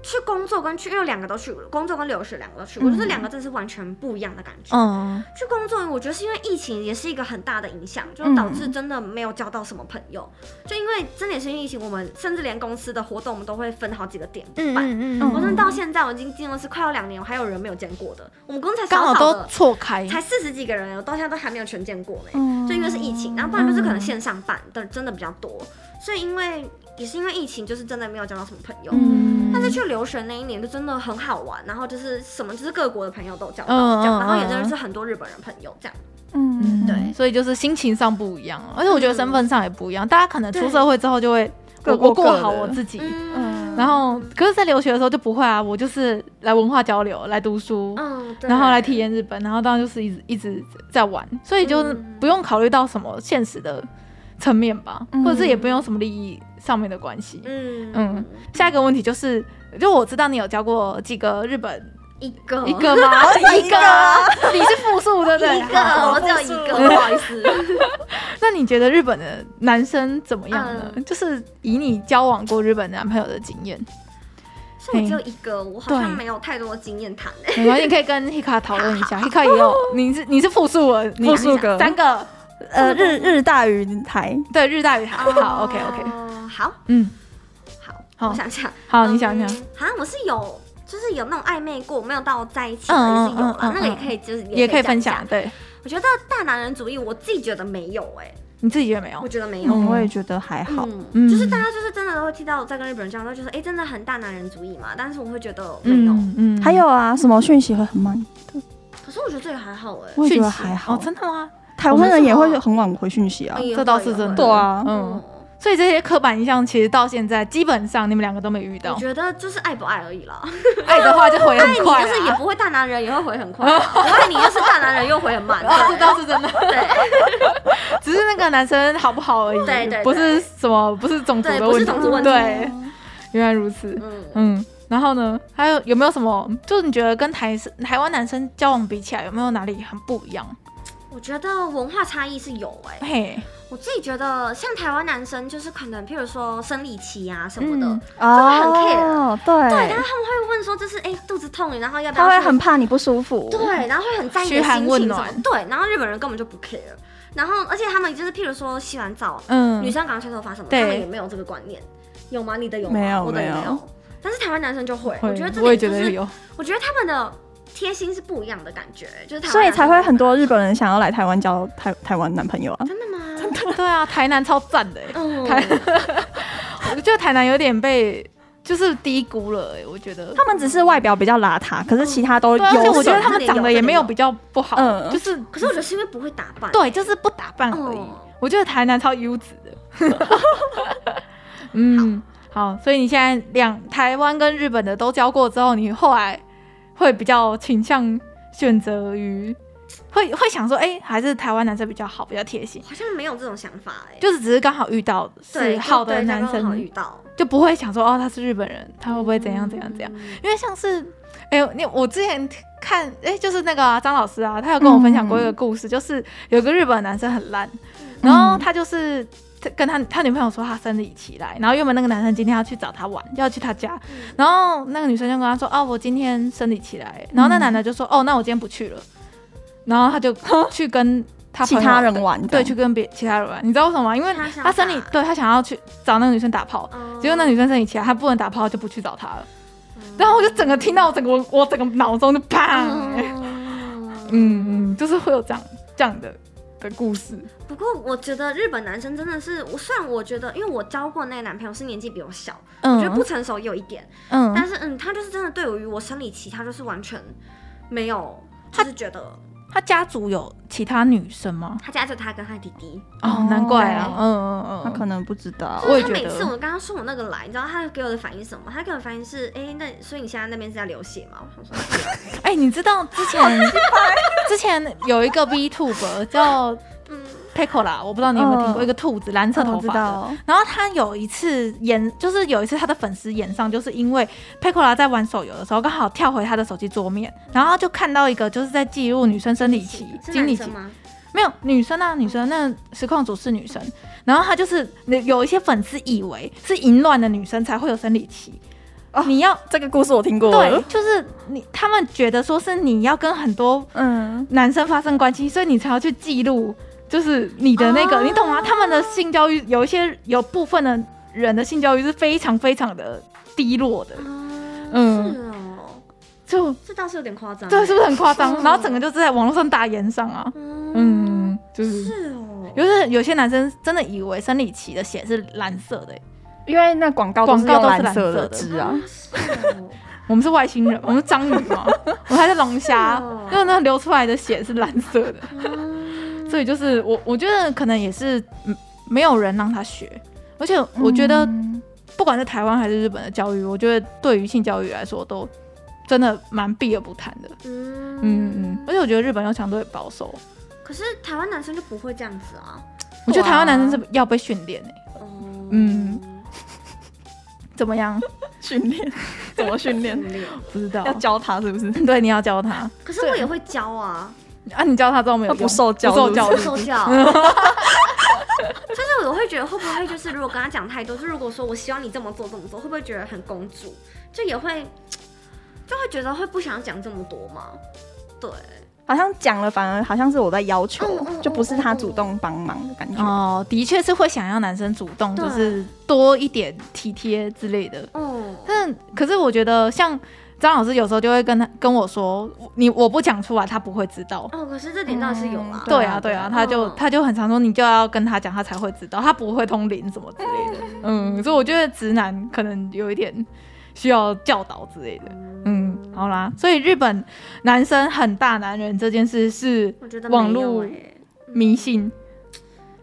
[SPEAKER 3] 去工作跟去，因为两个都去，工作跟留学两个都去，我觉得
[SPEAKER 1] 嗯
[SPEAKER 3] 两个真的是完全不一样的感觉。
[SPEAKER 1] 嗯
[SPEAKER 3] 去工作，我觉得是因为疫情也是一个很大的影响，就
[SPEAKER 2] 嗯
[SPEAKER 3] 导致真的没有交到什么朋友。就因为真的也是因为疫情，我们甚至连公司的活动我们都会分好几个点
[SPEAKER 1] 嗯
[SPEAKER 3] 办。
[SPEAKER 1] 嗯
[SPEAKER 2] 嗯
[SPEAKER 3] 我真的到现在，我已经进入是快要两年，我还有人没有见过的。我们公司才
[SPEAKER 1] 刚
[SPEAKER 3] 少
[SPEAKER 1] 好
[SPEAKER 3] 少
[SPEAKER 1] 都
[SPEAKER 3] 的，
[SPEAKER 1] 错开，
[SPEAKER 3] 才四十几个人，我到现在都还没有全见过呢。
[SPEAKER 2] 嗯
[SPEAKER 3] 就因为是疫情，啊然后不然就是可能线上办的真的比较多，所以因为也是因为疫情，就是真的没有交到什么朋友。
[SPEAKER 1] 嗯
[SPEAKER 3] 但是去留学那一年就真的很好玩，然后就是什么就是各国的朋友都有交到，
[SPEAKER 1] 嗯
[SPEAKER 3] 这样，然后
[SPEAKER 1] 嗯
[SPEAKER 3] 也
[SPEAKER 1] 嗯
[SPEAKER 3] 真的是很多日本人朋友这样。
[SPEAKER 2] 嗯，
[SPEAKER 1] 对，所以就是心情上不一样，啊而且我觉得身份上也不一样。大家可能出社会之后就会
[SPEAKER 2] 对
[SPEAKER 1] 我
[SPEAKER 2] 各
[SPEAKER 1] 我
[SPEAKER 2] 过
[SPEAKER 1] 过
[SPEAKER 2] 各的
[SPEAKER 1] 好我自己，
[SPEAKER 2] 嗯
[SPEAKER 1] 然后可是，在留学的时候就不会啊，我就是来文化交流，来读书，
[SPEAKER 3] 嗯，对
[SPEAKER 1] 然后来体验日本，然后当然就是一直一直在玩，所以就是
[SPEAKER 3] 嗯
[SPEAKER 1] 不用考虑到什么现实的层面吧，
[SPEAKER 2] 嗯
[SPEAKER 1] 或者是也不用什么利益上面的关系。
[SPEAKER 3] 嗯
[SPEAKER 1] 嗯，下一个问题就是，就我知道你有交过几个日本
[SPEAKER 3] 一嗯个啊
[SPEAKER 1] 一个 吗？一个，啊你是复数对不对？
[SPEAKER 3] 一个，啊
[SPEAKER 1] 好
[SPEAKER 3] 我只有一 个，不好意思。
[SPEAKER 1] 那你觉得日本的男生怎么样呢？
[SPEAKER 3] 嗯
[SPEAKER 1] 就是以你交往过日本男朋友的经验，
[SPEAKER 3] 所以我只有一个，我好像没有太多的经验谈诶。
[SPEAKER 1] 没关系，你可以跟 Hika 讨论一下。Hika 也有，你是你是复数了，你
[SPEAKER 2] 复数个
[SPEAKER 1] 三个，
[SPEAKER 2] 呃，日日大于台，
[SPEAKER 1] 对，日大语台。好，OK OK，
[SPEAKER 3] 哦好
[SPEAKER 1] 嗯，
[SPEAKER 3] 好，
[SPEAKER 1] 好
[SPEAKER 3] 我想想，
[SPEAKER 1] 好，你想想，
[SPEAKER 3] 嗯，好像我是有，就是有那种暧昧过，没有到在一起的也是有
[SPEAKER 1] 嗯嗯嗯
[SPEAKER 3] 啦，那个也可以，就是
[SPEAKER 1] 也可以
[SPEAKER 3] 讲
[SPEAKER 1] 分
[SPEAKER 3] 一
[SPEAKER 1] 享
[SPEAKER 3] 下。。
[SPEAKER 1] 对，
[SPEAKER 3] 我觉得大男人主义，我自己觉得没有哎，
[SPEAKER 1] 你自己觉得没
[SPEAKER 3] 我
[SPEAKER 1] 有？
[SPEAKER 3] 觉得没有。
[SPEAKER 1] 嗯
[SPEAKER 2] 嗯，我也觉得还好。
[SPEAKER 1] 嗯
[SPEAKER 3] 嗯，就是大家就是真的都会听到我在跟日本人这样，都觉得哎，真的很大男人主义嘛。但是我会觉得没有，
[SPEAKER 1] 嗯
[SPEAKER 2] 还有啊，什么讯息会很慢，
[SPEAKER 3] 可是我觉得这个还好哎。
[SPEAKER 2] 我也
[SPEAKER 1] 讯
[SPEAKER 2] 觉
[SPEAKER 1] 息
[SPEAKER 2] 得还好
[SPEAKER 1] 哦，。真的吗？
[SPEAKER 2] 台湾人也
[SPEAKER 3] 我们
[SPEAKER 2] 会
[SPEAKER 3] 是
[SPEAKER 2] 很晚回讯息啊
[SPEAKER 3] 哎。
[SPEAKER 1] 这倒是真的。
[SPEAKER 2] 对啊
[SPEAKER 1] 嗯
[SPEAKER 3] 嗯，，
[SPEAKER 1] 所以这些刻板印象其实到现在基本上你们两个都没遇
[SPEAKER 3] 啊我
[SPEAKER 1] 到，
[SPEAKER 3] 觉得就是爱不爱而已啦。
[SPEAKER 1] 爱的话就回
[SPEAKER 3] 爱你
[SPEAKER 1] 很快
[SPEAKER 3] 就是也
[SPEAKER 1] 啊，
[SPEAKER 3] 不会大男人，也会回很快啊。我爱你就是大男人，又回很慢。
[SPEAKER 1] 哦，这倒是真的。
[SPEAKER 3] 对
[SPEAKER 1] 只是那个男生好不好而已，
[SPEAKER 3] 对对对
[SPEAKER 1] 不是什么，不是种族
[SPEAKER 3] 对，
[SPEAKER 1] 的
[SPEAKER 3] 不
[SPEAKER 1] 问
[SPEAKER 3] 是
[SPEAKER 1] 题，
[SPEAKER 3] 种族问题。
[SPEAKER 1] 对，原来如此，
[SPEAKER 3] 嗯，
[SPEAKER 1] 嗯。然后呢？还有有没有什么？就是你觉得跟台生台湾男生交往比起来，有没有哪里很不一样？
[SPEAKER 3] 我觉得文化差异是有哎。
[SPEAKER 1] 嘿，
[SPEAKER 3] 我自己觉得，像台湾男生就是可能，譬如说生理期啊什么的，
[SPEAKER 1] 嗯
[SPEAKER 2] 哦，
[SPEAKER 3] 对，但
[SPEAKER 2] 对
[SPEAKER 3] 是，他们会问说，就是哎、肚子痛，然后要不
[SPEAKER 2] 他
[SPEAKER 3] 要
[SPEAKER 2] 会
[SPEAKER 3] 去
[SPEAKER 2] 很怕你不舒服。
[SPEAKER 3] 对，然后会很在意你
[SPEAKER 1] 嘘
[SPEAKER 3] 的
[SPEAKER 1] 寒
[SPEAKER 3] 心
[SPEAKER 1] 问
[SPEAKER 3] 情什么
[SPEAKER 1] 暖
[SPEAKER 3] 对，然后日本人根本就不 care，然后而且他们就是譬如说洗完澡，
[SPEAKER 1] 嗯
[SPEAKER 3] 女，生赶快吹头发什么，
[SPEAKER 1] 对
[SPEAKER 3] 他们也没有这个观念，有吗？你的有吗？
[SPEAKER 2] 没有
[SPEAKER 3] 我的也
[SPEAKER 2] 没有
[SPEAKER 3] 有。但是台湾男生就会，
[SPEAKER 1] 会
[SPEAKER 3] 我觉得这
[SPEAKER 1] 我也
[SPEAKER 3] 点
[SPEAKER 1] 觉
[SPEAKER 3] 就
[SPEAKER 1] 得
[SPEAKER 3] 是，
[SPEAKER 1] 有，
[SPEAKER 3] 我觉得他们的贴心是不一样的感觉，就是台湾
[SPEAKER 2] 所以才会很多
[SPEAKER 3] 人
[SPEAKER 2] 日本人想要来台湾交台台湾男朋友啊。
[SPEAKER 3] 真的吗？真的，
[SPEAKER 1] 对啊，台南超赞的欸，
[SPEAKER 3] 嗯，
[SPEAKER 1] 台我觉得台南有点被就是低估了欸，我觉得。
[SPEAKER 2] 他们只是外表比较邋遢，可是其他都
[SPEAKER 1] 对啊，而且
[SPEAKER 2] 有。
[SPEAKER 1] 我觉得他
[SPEAKER 3] 这
[SPEAKER 1] 们
[SPEAKER 3] 点有
[SPEAKER 1] 长得也没有比较不好，
[SPEAKER 2] 嗯
[SPEAKER 1] 就是
[SPEAKER 3] 可是我觉得是因为不会打扮，
[SPEAKER 1] 对，就是不打扮而已。
[SPEAKER 3] 嗯，
[SPEAKER 1] 我觉得台南超优质的。嗯，好，所以你现在两台湾跟日本的都教过之后，你后来会比较倾向选择于会会想说，哎、还是台湾男生比较好，比较贴心，
[SPEAKER 3] 好像没有这种想法哎，
[SPEAKER 1] 就是只是刚好遇到
[SPEAKER 3] 对
[SPEAKER 1] 是好
[SPEAKER 3] 就
[SPEAKER 1] 的
[SPEAKER 3] 对
[SPEAKER 1] 男
[SPEAKER 3] 刚好遇
[SPEAKER 1] 生，
[SPEAKER 3] 到
[SPEAKER 1] 就不会想说哦他是日本人，他会不会怎样怎样怎样？
[SPEAKER 3] 嗯
[SPEAKER 1] 因为像是，哎、你我之前看，哎、就是那个啊张、老师啊，他有跟我分享过一个故事，就是有个日本男生很烂，然后他就是。他跟他他女朋友说他生理期来，然后原本那个男生今天要去找他玩，要去他家，然后那个女生就跟他说：“哦，我今天生理期来。”然后那男的就说：“哦，那我今天不去了。”然后他就去跟他
[SPEAKER 2] 其
[SPEAKER 1] 朋友
[SPEAKER 2] 他人玩这
[SPEAKER 1] 对
[SPEAKER 2] 样，
[SPEAKER 1] 去跟别其他人玩，你知道为什么吗？因为
[SPEAKER 3] 他想
[SPEAKER 1] 他生理
[SPEAKER 3] 打
[SPEAKER 1] 对他想要去找那个女生打炮，
[SPEAKER 3] 嗯
[SPEAKER 1] 结果那女生生理期来，他不能打炮就不去找他了。然后我就整个听到，我整个我我整个脑中就啪，
[SPEAKER 3] 嗯
[SPEAKER 1] 嗯嗯，就是会有这样这样的的故事，
[SPEAKER 3] 不过我觉得日本男生真的是，我虽然我觉得，因为我交过那个男朋友是年纪比我小，我觉得不成熟有一点，
[SPEAKER 1] 嗯，
[SPEAKER 3] 但是嗯，他就是真的对于我生理期，他就是完全没有，
[SPEAKER 1] 他
[SPEAKER 3] 就是觉得
[SPEAKER 1] 他家族有其他女生吗？
[SPEAKER 3] 他家就他跟他弟弟，
[SPEAKER 1] 哦，难怪啊
[SPEAKER 2] 对，
[SPEAKER 1] 嗯嗯
[SPEAKER 2] 他
[SPEAKER 1] 嗯，
[SPEAKER 2] 可能不知道。
[SPEAKER 1] 我也
[SPEAKER 3] 他
[SPEAKER 1] 觉
[SPEAKER 3] 每
[SPEAKER 1] 得
[SPEAKER 3] 次我刚刚说我那个来，你知道他给我的反应是什么？他给我的反应是，哎、那所以你现在那边是在流血吗？我想说，
[SPEAKER 1] 哎、你知道之前之前有一个 V Tuber 叫
[SPEAKER 3] 嗯，
[SPEAKER 1] Pico 啦，我不知道你有没有听过，
[SPEAKER 2] 嗯
[SPEAKER 1] 一个兔子，蓝色
[SPEAKER 2] 嗯
[SPEAKER 1] 头
[SPEAKER 2] 我知
[SPEAKER 1] 发的。
[SPEAKER 2] 道，
[SPEAKER 1] 然后他有一次演，就是有一次他的粉丝演上，就是因为佩克拉在玩手游的时候，刚好跳回他的手机桌面，然后就看到一个就是在记录女生生理期、
[SPEAKER 3] 是
[SPEAKER 1] 经
[SPEAKER 3] 男
[SPEAKER 1] 理期
[SPEAKER 3] 生，吗？
[SPEAKER 1] 没有女生啊，女生那实况组是女生，然后他就是有一些粉丝以为是淫乱的女生才会有生理期，
[SPEAKER 2] 哦
[SPEAKER 1] 你要
[SPEAKER 2] 这个故事我听过。
[SPEAKER 1] 对，，就是你他们觉得说是你要跟很多
[SPEAKER 2] 嗯，
[SPEAKER 1] 男生发生关系，所以你才要去记录，就是你的那个，
[SPEAKER 3] 哦
[SPEAKER 1] 你懂吗？他们的性教育有一些有部分的人的性教育是非常非常的低落的，
[SPEAKER 3] 啊，
[SPEAKER 1] 嗯
[SPEAKER 3] 是哦，
[SPEAKER 1] 就
[SPEAKER 3] 这倒是有点夸张、
[SPEAKER 1] 对，是不是很夸张？
[SPEAKER 3] 嗯
[SPEAKER 1] 然后整个就是在网络上打言上啊，
[SPEAKER 3] 嗯，
[SPEAKER 1] 嗯，就是。
[SPEAKER 3] 是哦，
[SPEAKER 1] 就是有些男生真的以为生理期的血是蓝色的欸、
[SPEAKER 2] 因为那广告都是
[SPEAKER 1] 广告
[SPEAKER 2] 用
[SPEAKER 1] 都是
[SPEAKER 2] 蓝色的
[SPEAKER 1] 蓝色的
[SPEAKER 2] 字啊。
[SPEAKER 3] 是哦，
[SPEAKER 1] 我们是外星 人，我们是章鱼嘛，我还是龙虾
[SPEAKER 3] 是哦，
[SPEAKER 1] 就是那流出来的血是蓝色的，
[SPEAKER 3] 嗯
[SPEAKER 1] 所以就是我我觉得可能也是嗯没有人让他学，而且我觉得
[SPEAKER 2] 嗯
[SPEAKER 1] 不管是台湾还是日本的教育，我觉得对于性教育来说都真的蛮避而不谈的。
[SPEAKER 3] 嗯
[SPEAKER 1] 嗯嗯，而且我觉得日本又相对保守，
[SPEAKER 3] 可是台湾男生就不会这样子啊。
[SPEAKER 1] 我觉得台湾男生是要被训练诶。
[SPEAKER 3] 哦
[SPEAKER 1] 嗯，怎么样？
[SPEAKER 2] 训 练怎么训 练？
[SPEAKER 3] 练。
[SPEAKER 1] 不知道
[SPEAKER 2] 要。教他是不是？
[SPEAKER 1] 对，你要教他
[SPEAKER 3] 可是我也会教啊，
[SPEAKER 1] 啊！你教他之后没有
[SPEAKER 2] 他
[SPEAKER 1] 用
[SPEAKER 2] 不受教
[SPEAKER 1] 不受
[SPEAKER 2] 是
[SPEAKER 1] 啊教
[SPEAKER 2] 不
[SPEAKER 3] 不
[SPEAKER 1] 育
[SPEAKER 2] 是
[SPEAKER 3] 受教。 就是我会觉得会不会就是如果跟他讲太多，就如果说我希望你这么做这么做，会不会觉得很公主？就也会就会觉得会不想讲这么多嘛。对，
[SPEAKER 2] 好像讲了，反而好像是我在要求
[SPEAKER 3] 嗯嗯嗯，
[SPEAKER 2] 就不是他主动帮忙的感觉。
[SPEAKER 1] 哦，的确是会想要男生主动，
[SPEAKER 3] 对
[SPEAKER 1] 就是多一点体贴之类的。
[SPEAKER 3] 哦，
[SPEAKER 1] 但可是我觉得，像张老师有时候就会跟他跟我说，你我不讲出来，他不会知道。
[SPEAKER 3] 哦，可是这点倒是有啊。
[SPEAKER 2] 嗯
[SPEAKER 1] 对啊，对啊，他就
[SPEAKER 3] 嗯
[SPEAKER 1] 他就很常说，你就要跟他讲，他才会知道，他不会通灵什么之类的。 嗯，所以我觉得直男可能有一点需要教导之类的。嗯，好啦，所以日本男生很大男人这件事是
[SPEAKER 3] 我觉得
[SPEAKER 1] 网
[SPEAKER 3] 没有
[SPEAKER 1] 络
[SPEAKER 3] 欸
[SPEAKER 1] 迷信。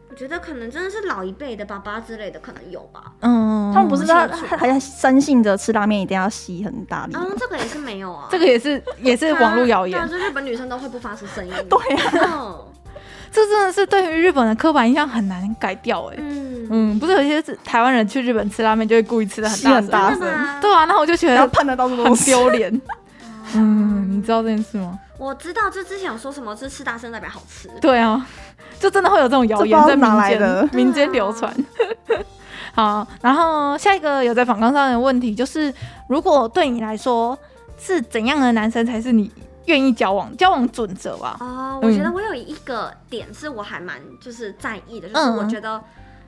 [SPEAKER 3] 我觉得可能真的是老一辈的爸爸之类的，可能有吧。
[SPEAKER 1] 嗯，
[SPEAKER 2] 他们不是
[SPEAKER 3] 嗯
[SPEAKER 2] 他
[SPEAKER 3] 清楚
[SPEAKER 2] 他还深信着吃拉面一定要吸很大力吗。
[SPEAKER 3] 嗯，这个也是没有啊。
[SPEAKER 1] 这个也 是也是网络谣
[SPEAKER 3] 对啊
[SPEAKER 1] 言，
[SPEAKER 3] 就日本女生都会不发出 声音。
[SPEAKER 2] 对啊，
[SPEAKER 3] 嗯，
[SPEAKER 1] 这真的是对于日本的刻板印象很难改掉哎、
[SPEAKER 3] 嗯嗯，
[SPEAKER 1] 嗯，不是有些是台湾人去日本吃拉面就会故意吃的很大
[SPEAKER 2] 吸
[SPEAKER 3] 啊
[SPEAKER 2] 很大
[SPEAKER 1] 声
[SPEAKER 3] 真的吗？
[SPEAKER 1] 对啊，那我就觉
[SPEAKER 2] 然后
[SPEAKER 1] 得
[SPEAKER 2] 判的到处
[SPEAKER 1] 很
[SPEAKER 2] 都是。
[SPEAKER 1] 丢脸。 嗯，你知道这件事吗？
[SPEAKER 3] 我知道，就之前有说什么，就是吃大声代表好吃。
[SPEAKER 1] 对啊，就真的会有这种谣言在
[SPEAKER 2] 这不知道哪
[SPEAKER 1] 民
[SPEAKER 2] 来的
[SPEAKER 1] 间民间流传。 好，然后下一个有在访纲上的问题就是，如果对你来说是怎样的男生才是你愿意交往交往准则吧？嗯
[SPEAKER 3] 哦，我觉得我有一个点是我还蛮就是在意的，就是
[SPEAKER 1] 嗯
[SPEAKER 3] 我觉得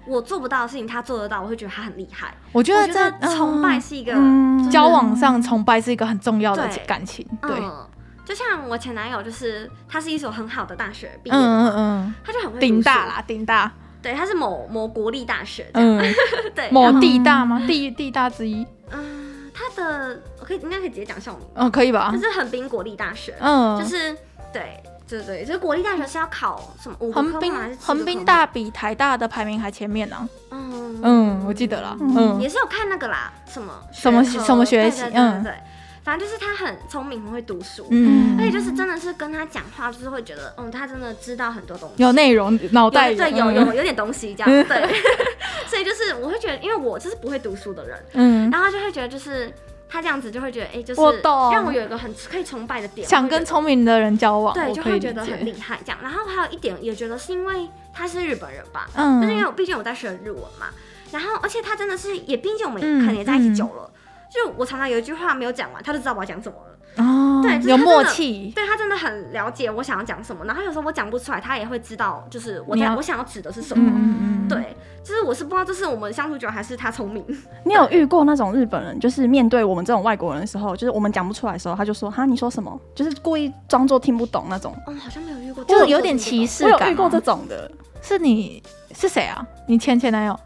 [SPEAKER 3] 我做不到的事情他做得到，我会觉得他很厉害。
[SPEAKER 1] 我觉
[SPEAKER 3] 我
[SPEAKER 1] 得
[SPEAKER 3] 觉
[SPEAKER 1] 在
[SPEAKER 3] 得崇拜
[SPEAKER 1] 嗯
[SPEAKER 3] 是一个、
[SPEAKER 2] 嗯
[SPEAKER 1] 交往上崇拜是一个很重要的
[SPEAKER 3] 对
[SPEAKER 1] 感情，对，嗯
[SPEAKER 3] 嗯，就像我前男友，就是他是一所很好的大学毕业的
[SPEAKER 1] 嗯
[SPEAKER 3] 嘛，
[SPEAKER 1] 嗯，
[SPEAKER 3] 他就很会
[SPEAKER 1] 顶
[SPEAKER 3] 读书
[SPEAKER 1] 大，啦，顶大，
[SPEAKER 3] 对，他是某某国立大学这样，
[SPEAKER 1] 嗯，
[SPEAKER 3] 对，
[SPEAKER 1] 某
[SPEAKER 3] 然后
[SPEAKER 1] 地大吗？地地大之一，
[SPEAKER 3] 嗯、他的我可以应该可以直接讲校名，
[SPEAKER 1] 嗯，可以吧
[SPEAKER 3] 就？是横滨国立大学，
[SPEAKER 1] 嗯，
[SPEAKER 3] 就是对。对对，就是国立大学是要考什么五个
[SPEAKER 1] 横
[SPEAKER 3] 科目还
[SPEAKER 1] 滨
[SPEAKER 3] 是七个
[SPEAKER 1] 横
[SPEAKER 3] 科
[SPEAKER 1] 滨
[SPEAKER 3] 目，
[SPEAKER 1] 大比台大的排名还前面呢，
[SPEAKER 3] 嗯
[SPEAKER 1] 嗯，我记得啦，
[SPEAKER 2] 嗯
[SPEAKER 1] 嗯
[SPEAKER 3] 也是有看那个啦，什么
[SPEAKER 1] 什么
[SPEAKER 3] 学科
[SPEAKER 1] 什么学习
[SPEAKER 3] 对对对
[SPEAKER 1] 嗯
[SPEAKER 3] 对对，反正就是他很聪明，很会读书，
[SPEAKER 1] 嗯
[SPEAKER 3] 而，且就是真的是跟他讲话，就是会觉得，嗯，他真的知道很多东西，
[SPEAKER 1] 有内容，脑袋嗯
[SPEAKER 3] 对有有有点东西这 样，对， 所以就是我会觉得，因为我就是不会读书的人，
[SPEAKER 1] 嗯，
[SPEAKER 3] 然后就会觉得就是他这样子就会觉得，哎，就是
[SPEAKER 1] 我懂
[SPEAKER 3] 让我有一个很可以崇拜的点，
[SPEAKER 1] 想跟聪明的人交往，
[SPEAKER 3] 对，
[SPEAKER 1] 我
[SPEAKER 3] 就
[SPEAKER 1] 可以
[SPEAKER 3] 会觉
[SPEAKER 1] 理
[SPEAKER 3] 得很
[SPEAKER 1] 解，
[SPEAKER 3] 厉害这样。然后还有一点也觉得是因为他是日本人吧，
[SPEAKER 1] 嗯
[SPEAKER 3] 就是因为我毕竟我在学日文嘛，然后而且他真的是也，毕竟我们
[SPEAKER 1] 嗯
[SPEAKER 3] 可能也在一起
[SPEAKER 1] 嗯
[SPEAKER 3] 久了，就我常常有一句话没有讲完，他就知道我要讲什么了。
[SPEAKER 1] 哦
[SPEAKER 3] 对就是
[SPEAKER 1] 有
[SPEAKER 3] 他
[SPEAKER 1] 默
[SPEAKER 3] 真的
[SPEAKER 1] 契，
[SPEAKER 3] 对他真的很了解我想要讲什么，然后有时候我讲不出来，他也会知道，就是我
[SPEAKER 1] 你
[SPEAKER 3] 在
[SPEAKER 1] 要
[SPEAKER 3] 我想要指的是什
[SPEAKER 1] 嗯
[SPEAKER 3] 么。
[SPEAKER 1] 嗯嗯，
[SPEAKER 3] 对，就是我是不知道这是我们相处久还是他聪明。
[SPEAKER 2] 你有遇过那种日本人，就是面对我们这种外国人的时候，就是我们讲不出来的时候，他就说哈你说什么，就是故意装作听不懂那种。
[SPEAKER 3] 嗯，好像没有遇过，
[SPEAKER 1] 就是有点歧
[SPEAKER 3] 视。
[SPEAKER 1] 视
[SPEAKER 2] 我有
[SPEAKER 1] 感吗。
[SPEAKER 2] 遇过这种的，
[SPEAKER 1] 是你是谁啊？你前前男友？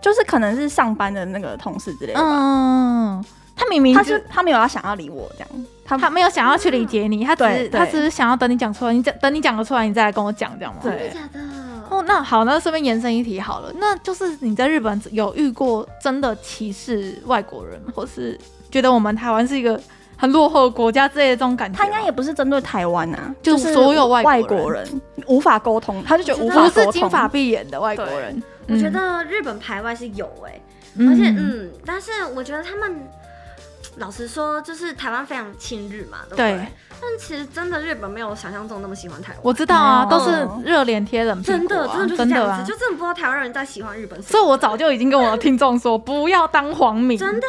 [SPEAKER 2] 就是可能是上班的那个同事之类的吧。
[SPEAKER 1] 嗯，他明明
[SPEAKER 2] 他
[SPEAKER 1] 就是
[SPEAKER 2] 他没有要想要理我这样，他
[SPEAKER 1] 他没有想要去理解你，他只是
[SPEAKER 2] 对对
[SPEAKER 1] 他只是想要等你讲出来，你讲等你讲得出来，你再来跟我讲，这样吗？
[SPEAKER 2] 对
[SPEAKER 3] 真的假的？
[SPEAKER 1] 哦，那好，那顺便延伸一题好了，那就是你在日本有遇过真的歧视外国人，或是觉得我们台湾是一个很落后的国家之类的这种感觉吗？
[SPEAKER 2] 他应该也不是针对台湾啊，
[SPEAKER 1] 就是所有外
[SPEAKER 2] 外
[SPEAKER 1] 国人
[SPEAKER 2] 国人无法沟通，他就觉得无法
[SPEAKER 1] 不
[SPEAKER 2] 沟通。
[SPEAKER 1] 是金发碧眼的外国人，
[SPEAKER 3] 我觉
[SPEAKER 1] 嗯，
[SPEAKER 3] 得日本排外是有哎、
[SPEAKER 1] 嗯
[SPEAKER 3] 而且，嗯，但是我觉得他们老实说，就是台湾非常亲日嘛，对不对？
[SPEAKER 1] 对
[SPEAKER 3] 但其实真的日本没有想象中那么喜欢台湾，
[SPEAKER 1] 我知道啊，
[SPEAKER 2] 没
[SPEAKER 1] 都
[SPEAKER 2] 有
[SPEAKER 1] 是热脸贴冷屁股、啊，
[SPEAKER 3] 真的真的就是
[SPEAKER 1] 真
[SPEAKER 3] 这
[SPEAKER 1] 的
[SPEAKER 3] 样
[SPEAKER 1] 啊
[SPEAKER 3] 子，就真的不知道台湾人在喜欢日本什么，
[SPEAKER 1] 所以我早就已经跟我的听众 说，不要当皇民。
[SPEAKER 3] 真的，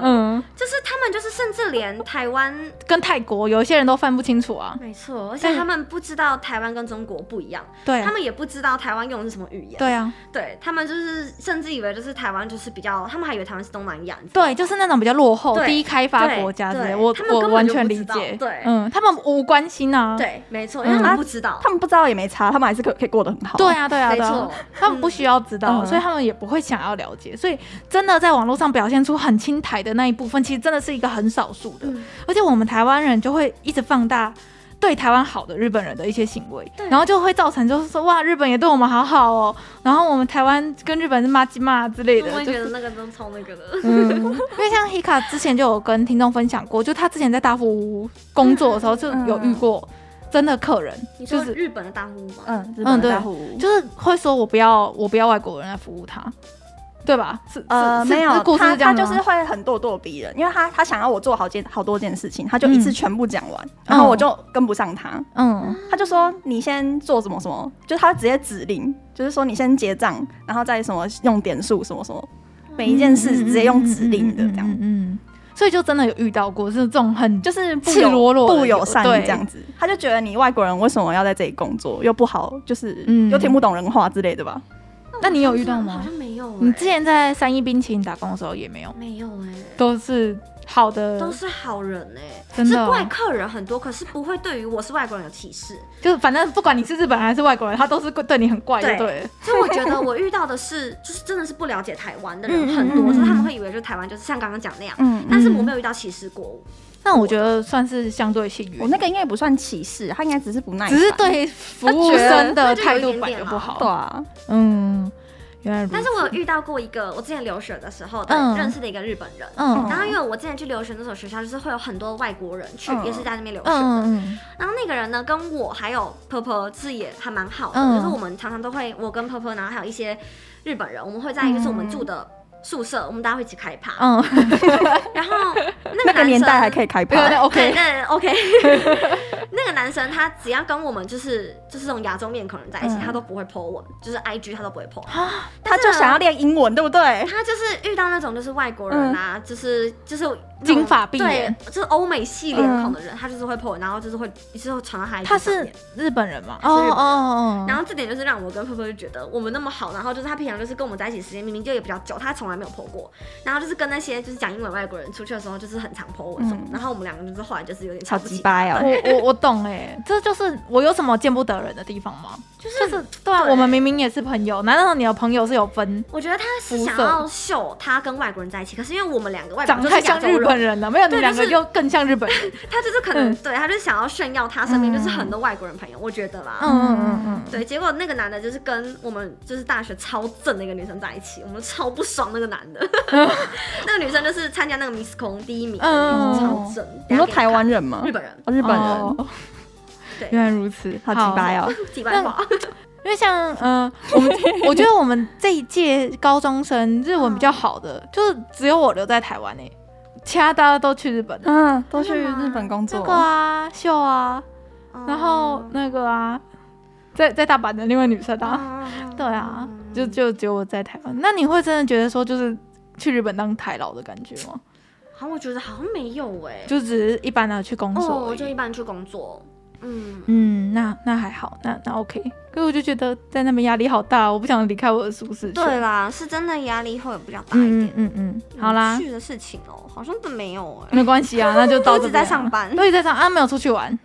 [SPEAKER 1] 嗯，
[SPEAKER 3] 就是他们就是甚至连台湾，
[SPEAKER 1] 跟泰国有一些人都分不清楚啊。
[SPEAKER 3] 没错，而
[SPEAKER 1] 但
[SPEAKER 3] 且他们不知道台湾跟中国不一样，
[SPEAKER 1] 对
[SPEAKER 3] 他们也不知道台湾用的是什么语言，
[SPEAKER 1] 对啊，
[SPEAKER 3] 对他们就是甚至以为就是台湾就是比较，他们还以为台湾是东南亚，你知道吗
[SPEAKER 1] 对，就是那种比较落后、
[SPEAKER 3] 对
[SPEAKER 1] 低开发国家之类，
[SPEAKER 3] 对
[SPEAKER 1] 我
[SPEAKER 3] 他们
[SPEAKER 1] 我
[SPEAKER 3] 根本
[SPEAKER 1] 完
[SPEAKER 3] 就
[SPEAKER 1] 全
[SPEAKER 3] 不
[SPEAKER 1] 理
[SPEAKER 3] 知道
[SPEAKER 1] 解。
[SPEAKER 3] 对
[SPEAKER 1] 嗯，他们无关心啊。，
[SPEAKER 3] 对，没错，因为
[SPEAKER 1] 嗯
[SPEAKER 2] 啊
[SPEAKER 3] 他们不知道，
[SPEAKER 2] 他们不知道也没差，他们还是可可以过得很好。
[SPEAKER 1] 对，啊，对啊，
[SPEAKER 3] 没
[SPEAKER 1] 对啊
[SPEAKER 3] 错，
[SPEAKER 1] 他们不需要知道，
[SPEAKER 2] 嗯
[SPEAKER 1] 所以他们也不会想要了解。所以真的在网络上表现出很清台的那一部分，其实真的是一个很少数的。
[SPEAKER 3] 嗯
[SPEAKER 1] 而且我们台湾人就会一直放大对台湾好的日本人的一些行为，然后就会造成就是说哇，日本也对我们好好哦，然后我们台湾跟日本是骂鸡骂之类的
[SPEAKER 3] 我，也
[SPEAKER 1] 就
[SPEAKER 3] 觉
[SPEAKER 1] 是
[SPEAKER 3] 得那个都超那个的。
[SPEAKER 1] 嗯，因为像 Hika 之前就有跟听众分享过，就他之前在大福工作的时候就有遇过真的客人，
[SPEAKER 3] 你
[SPEAKER 1] 就
[SPEAKER 3] 说
[SPEAKER 1] 是
[SPEAKER 3] 日本的大户吗？
[SPEAKER 2] 嗯，日本
[SPEAKER 1] 嗯对
[SPEAKER 2] 的大户屋
[SPEAKER 1] 就是会说我不要我不要外国人来服务他，对吧？是是
[SPEAKER 2] 呃，
[SPEAKER 1] 是
[SPEAKER 2] 没有
[SPEAKER 1] 是，故事
[SPEAKER 2] 他
[SPEAKER 1] 这样
[SPEAKER 2] 他
[SPEAKER 1] 吗
[SPEAKER 2] 就是会很咄咄逼人，因为他他想要我做好件好多件事情，他就一次全部讲完，然后我就跟不上他，
[SPEAKER 1] 嗯
[SPEAKER 2] 他就说你先做什么什么，就他直接指令，就是说你先结账，然后再什么用点数什么什么，每一件事直接用指令的这
[SPEAKER 1] 嗯
[SPEAKER 2] 样
[SPEAKER 1] 嗯，嗯嗯所以就真的有遇到过是这种很
[SPEAKER 2] 就是不
[SPEAKER 1] 赤
[SPEAKER 2] 友
[SPEAKER 1] 裸裸的
[SPEAKER 2] 不友善
[SPEAKER 1] 对
[SPEAKER 2] 这样子，他就觉得你外国人为什么要在这里工作，又不好，就是
[SPEAKER 1] 嗯
[SPEAKER 2] 又听不懂人话之类的吧。
[SPEAKER 1] 那你有遇到吗
[SPEAKER 3] 好像没有欸、
[SPEAKER 1] 你之前在三一冰淇淋打工的时候也没有，
[SPEAKER 3] 没有哎、
[SPEAKER 1] 都是好的，
[SPEAKER 3] 都是好人哎、
[SPEAKER 1] 呃真
[SPEAKER 3] 是
[SPEAKER 1] 的哦
[SPEAKER 3] 怪客人很多，可是不会对于我是外国人有歧视。
[SPEAKER 1] 就是反正不管你是日本人还是外国人，他都是对你很怪，就
[SPEAKER 3] 对
[SPEAKER 1] 对了。
[SPEAKER 3] 所以我觉得我遇到的是，就是真的是不了解台湾的人
[SPEAKER 1] 嗯
[SPEAKER 3] 很
[SPEAKER 1] 嗯
[SPEAKER 3] 多，
[SPEAKER 1] 嗯
[SPEAKER 3] 就是他们会以为就是台湾就是像刚刚讲那样，
[SPEAKER 2] 嗯，
[SPEAKER 3] 但是我没有遇到歧视过。
[SPEAKER 1] 那我觉得算是相对幸运
[SPEAKER 2] 我，哦那个应该也不算歧视，他应该只是不耐烦，
[SPEAKER 1] 只是对服务生的态度本就不
[SPEAKER 2] 对
[SPEAKER 1] 好。
[SPEAKER 2] 啊，
[SPEAKER 1] 嗯，原来如此。
[SPEAKER 3] 但是我有遇到过一个我之前留学的时候的、
[SPEAKER 1] 嗯
[SPEAKER 3] 认识的一个日本人。
[SPEAKER 1] 嗯
[SPEAKER 3] 然后，因为我之前去留学那所学校，就是会有很多外国人去，
[SPEAKER 2] 嗯
[SPEAKER 3] 也是在那边留学的。
[SPEAKER 1] 嗯嗯
[SPEAKER 3] 然后那个人呢，跟我还有婆婆是也还蛮好的，
[SPEAKER 1] 嗯
[SPEAKER 3] 就是我们常常都会，我跟婆婆，然后还有一些日本人，我们会在就是我们住的宿舍，我们大家会一起开趴。
[SPEAKER 1] 嗯，嗯
[SPEAKER 3] 然后那个
[SPEAKER 2] 那个年代还可
[SPEAKER 3] 以。
[SPEAKER 2] 以开
[SPEAKER 1] 对对
[SPEAKER 2] 趴，
[SPEAKER 3] 对，
[SPEAKER 1] OK，
[SPEAKER 3] 那 OK，那个 男生他只要跟我们就是就是这种亚洲面孔人在一起，
[SPEAKER 2] 嗯
[SPEAKER 3] 他都不会 po 文，就是 IG 他都不会 po。
[SPEAKER 2] 他就想要练英文，对不对？
[SPEAKER 3] 他就是遇到那种就是外国人啊，就是就是那种
[SPEAKER 1] 金发碧眼，
[SPEAKER 3] 对，就是欧美系脸孔的人，他就是会破，然后就是会就是会传到他的
[SPEAKER 1] 他
[SPEAKER 3] 身上
[SPEAKER 1] 是
[SPEAKER 3] 面
[SPEAKER 1] 日本人嘛？
[SPEAKER 3] 他是日本人
[SPEAKER 1] 哦
[SPEAKER 3] 然后这点就是让我跟佩佩就觉得我们那么好，然后就是他平常就是跟我们在一起时间明明就也比较久，他从来没有破过。然后就是跟那些就是讲英文外国人出去的时候，就是很常破我什么。
[SPEAKER 2] 嗯
[SPEAKER 3] 然后我们两个就是后来就是有点瞧
[SPEAKER 2] 超
[SPEAKER 3] 不
[SPEAKER 2] 级
[SPEAKER 3] 起，
[SPEAKER 2] 掰哦。
[SPEAKER 1] 我我我懂哎、这就是我有什么见不得人的地方吗？
[SPEAKER 3] 就是
[SPEAKER 1] 对啊，
[SPEAKER 3] 对
[SPEAKER 1] 我们明明也是朋友，难道你的朋友是有分
[SPEAKER 3] 我觉得他是
[SPEAKER 1] 肤
[SPEAKER 3] 想
[SPEAKER 1] 色
[SPEAKER 3] 要秀他跟外国人在一起，可是因为我们两个外国
[SPEAKER 1] 长
[SPEAKER 3] 人
[SPEAKER 1] 得
[SPEAKER 3] 就
[SPEAKER 1] 太
[SPEAKER 3] 是
[SPEAKER 1] 像
[SPEAKER 3] 亚
[SPEAKER 1] 日
[SPEAKER 3] 洲
[SPEAKER 1] 本
[SPEAKER 3] 人，
[SPEAKER 1] 人了？没有，你们
[SPEAKER 3] 对
[SPEAKER 1] 两个
[SPEAKER 3] 就是
[SPEAKER 1] 又更像日本人。
[SPEAKER 3] 他就是可能、
[SPEAKER 1] 嗯
[SPEAKER 3] 对他就是想要炫耀他身边就是很多外国人朋友，我觉得啦。
[SPEAKER 1] 嗯嗯嗯嗯。
[SPEAKER 3] 对，结果那个男的就是跟我们就是大学超正的一个女生在一起，我们超不爽那个男的。 那个女生就是参加那个 Miss 空第一名，
[SPEAKER 1] 嗯
[SPEAKER 3] 超正。
[SPEAKER 2] 你
[SPEAKER 3] 等一下
[SPEAKER 2] 说
[SPEAKER 3] 给
[SPEAKER 2] 台
[SPEAKER 3] 看
[SPEAKER 2] 湾人吗？
[SPEAKER 3] 日本人，
[SPEAKER 2] 哦，日本人，
[SPEAKER 1] 哦
[SPEAKER 3] 对
[SPEAKER 1] 原来如此，
[SPEAKER 2] 好鸡掰哦。
[SPEAKER 3] 几百话，
[SPEAKER 1] 因为 像嗯、呃我们我觉得我们这一届高中生日文比
[SPEAKER 3] 嗯
[SPEAKER 1] 较好的，就是只有我留在台湾诶、其他大家都去日本了。
[SPEAKER 2] 嗯，都去
[SPEAKER 3] 真的吗
[SPEAKER 2] 日本工
[SPEAKER 1] 那
[SPEAKER 2] 作。
[SPEAKER 1] 个啊，秀啊，
[SPEAKER 3] 嗯
[SPEAKER 1] 然后
[SPEAKER 3] 哦
[SPEAKER 1] 那个啊，在在大阪的另外女生啊，
[SPEAKER 3] 嗯
[SPEAKER 1] 对啊，就
[SPEAKER 3] 嗯
[SPEAKER 1] 就只有我在台湾。那你会真的觉得说，就是去日本当台老的感觉吗？
[SPEAKER 3] 好像我觉得好像没有哎，
[SPEAKER 1] 就只是一般的去工
[SPEAKER 3] 哦，
[SPEAKER 1] 作而
[SPEAKER 3] 我就
[SPEAKER 1] 已。
[SPEAKER 3] 一般去工作，嗯，
[SPEAKER 1] 嗯，那那还好，那那 OK。可是我就觉得在那边压力好大，我不想离开我的舒适圈。
[SPEAKER 3] 对啦，是真的压力会比较大一
[SPEAKER 1] 嗯
[SPEAKER 3] 点。
[SPEAKER 1] 嗯嗯嗯，好啦，
[SPEAKER 3] 去的事情哦，好像都没有哎，
[SPEAKER 1] 没关系啊，那就 到
[SPEAKER 3] 都一
[SPEAKER 1] 这边
[SPEAKER 3] 直在
[SPEAKER 1] 啊
[SPEAKER 3] 上，班，
[SPEAKER 1] 都一直在上啊，没有出去玩。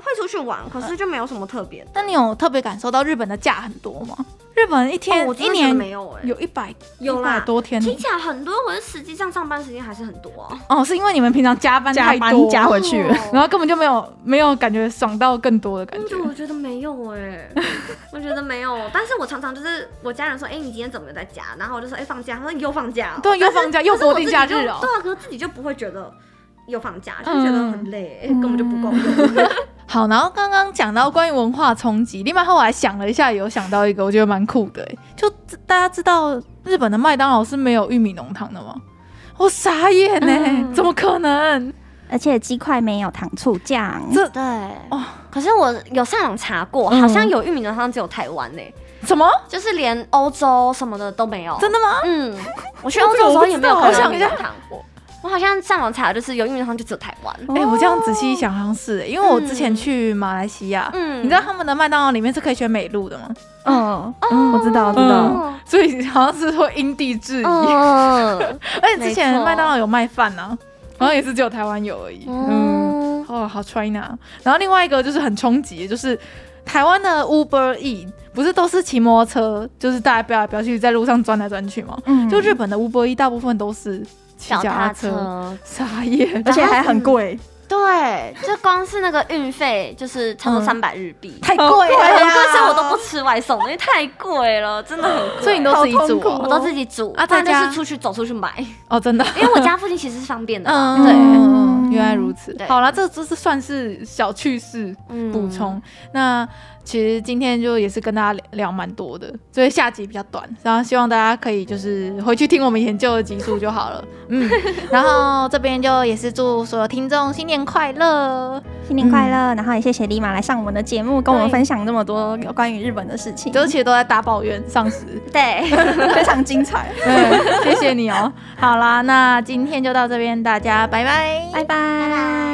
[SPEAKER 3] 会出去玩，可是就没有什么特别的。
[SPEAKER 1] 那你有特别感受到日本的假很多吗？日本一天、
[SPEAKER 3] 哦我真
[SPEAKER 1] 一
[SPEAKER 3] 的觉得
[SPEAKER 1] 年
[SPEAKER 3] 没有哎，
[SPEAKER 1] 有一百
[SPEAKER 3] 有
[SPEAKER 1] 一百
[SPEAKER 3] 啦
[SPEAKER 1] 多天呢
[SPEAKER 3] 听起来很多，可是实际上上班时间还是很多哦。
[SPEAKER 1] 哦，是因为你们平常加班
[SPEAKER 2] 加
[SPEAKER 1] 太
[SPEAKER 2] 班
[SPEAKER 1] 多，
[SPEAKER 2] 加回去了，
[SPEAKER 1] 然后根本就没有没有感觉爽到更多的感觉
[SPEAKER 3] 就。我觉得没有哎、 我觉得没有。但是我常常就是我家人说，哎、你今天怎么没有在家？然后我就说，哎、放假。他说又放假、哦，
[SPEAKER 1] 对，又放假又
[SPEAKER 3] 可是我
[SPEAKER 1] 国
[SPEAKER 3] 自
[SPEAKER 1] 定
[SPEAKER 3] 己
[SPEAKER 1] 假
[SPEAKER 3] 就
[SPEAKER 1] 日哦
[SPEAKER 3] 对。啊，可是自己就不会觉得又放假，就觉得很累、
[SPEAKER 1] 嗯
[SPEAKER 3] 根本就不够用。
[SPEAKER 1] 好，然后刚刚讲到关于文化冲击，另外后来想了一下，有想到一个我觉得蛮酷的欸，就知大家知道日本的麦当劳是没有玉米浓汤的吗？我傻眼呢、
[SPEAKER 3] 嗯
[SPEAKER 1] 怎么可能？
[SPEAKER 2] 而且鸡块没有糖醋酱，
[SPEAKER 1] 这
[SPEAKER 3] 对，
[SPEAKER 1] 哦
[SPEAKER 3] 可是我有上网查过，
[SPEAKER 1] 嗯
[SPEAKER 3] 好像有玉米浓汤只有台湾呢、
[SPEAKER 1] 什么？
[SPEAKER 3] 就是连欧洲什么的都没有。
[SPEAKER 1] 真的吗？
[SPEAKER 3] 嗯，我去欧洲的时候也没 有
[SPEAKER 1] 我不
[SPEAKER 3] 看
[SPEAKER 1] 知道
[SPEAKER 3] 到玉米浓汤。我好像上网查，就是有玉米浓汤就只有台湾。
[SPEAKER 1] 哎、我这样仔细一想，好像是欸、因为我之前去马来西亚，
[SPEAKER 3] 嗯，
[SPEAKER 1] 你知道他们的麦当劳里面是可以选美露的吗？
[SPEAKER 2] 嗯，嗯我知道，我知道。
[SPEAKER 3] 哦？
[SPEAKER 1] 所以好像是会因地制宜，哎
[SPEAKER 3] 嗯，
[SPEAKER 1] 而且之前
[SPEAKER 3] 没错
[SPEAKER 1] 麦当劳有卖饭呐、啊，然后也是只有台湾有而已。嗯
[SPEAKER 3] 嗯，
[SPEAKER 1] 哦，好 China。然后另外一个就是很冲击，就是台湾的 Uber E 不是都是骑摩托车，就是大家飙来飙去，在路上钻来钻去吗？
[SPEAKER 2] 嗯
[SPEAKER 1] 就日本的 Uber E 大部分都是骑脚
[SPEAKER 3] 脚
[SPEAKER 1] 踏
[SPEAKER 3] 踏
[SPEAKER 1] 车，
[SPEAKER 3] 车，
[SPEAKER 1] 傻眼。
[SPEAKER 2] 而且还很贵，
[SPEAKER 3] 对，就光是那个运费就是差不
[SPEAKER 1] 嗯
[SPEAKER 3] 多
[SPEAKER 1] 啊
[SPEAKER 3] 三百日 币，
[SPEAKER 1] 太贵
[SPEAKER 3] 对，
[SPEAKER 1] 了
[SPEAKER 3] 很贵，啊
[SPEAKER 1] 呀！
[SPEAKER 3] 所以我都不吃外送，因为太贵了，真的很贵。
[SPEAKER 1] 所以你都自己煮
[SPEAKER 2] 好痛苦
[SPEAKER 1] 哦
[SPEAKER 3] 我都自己煮，
[SPEAKER 1] 啊
[SPEAKER 3] 不然就
[SPEAKER 1] 在家
[SPEAKER 3] 是出去走出去买，
[SPEAKER 1] 哦，真的，
[SPEAKER 3] 因为我家附近其实是方便的嘛。对，
[SPEAKER 1] 嗯，原来如此。
[SPEAKER 3] 对
[SPEAKER 1] 好了，这这是算是小趣事
[SPEAKER 3] 嗯
[SPEAKER 1] 补充。那其实今天就也是跟大家聊聊蛮多的，所以下集比较短，然后希望大家可以就是回去听我们以前旧的集数就好了。 嗯，然后这边就也是祝所有听众新年快乐，
[SPEAKER 2] 新年快乐！然后也谢谢立马来上我们的节目，跟我们分享这么多有关于日本的事情，
[SPEAKER 1] 就是其实都在大抱怨上 司，
[SPEAKER 3] 对，
[SPEAKER 2] 非常精彩。
[SPEAKER 1] 嗯，谢谢你哦。好啦，那今天就到这边，大家拜拜，
[SPEAKER 2] 拜拜。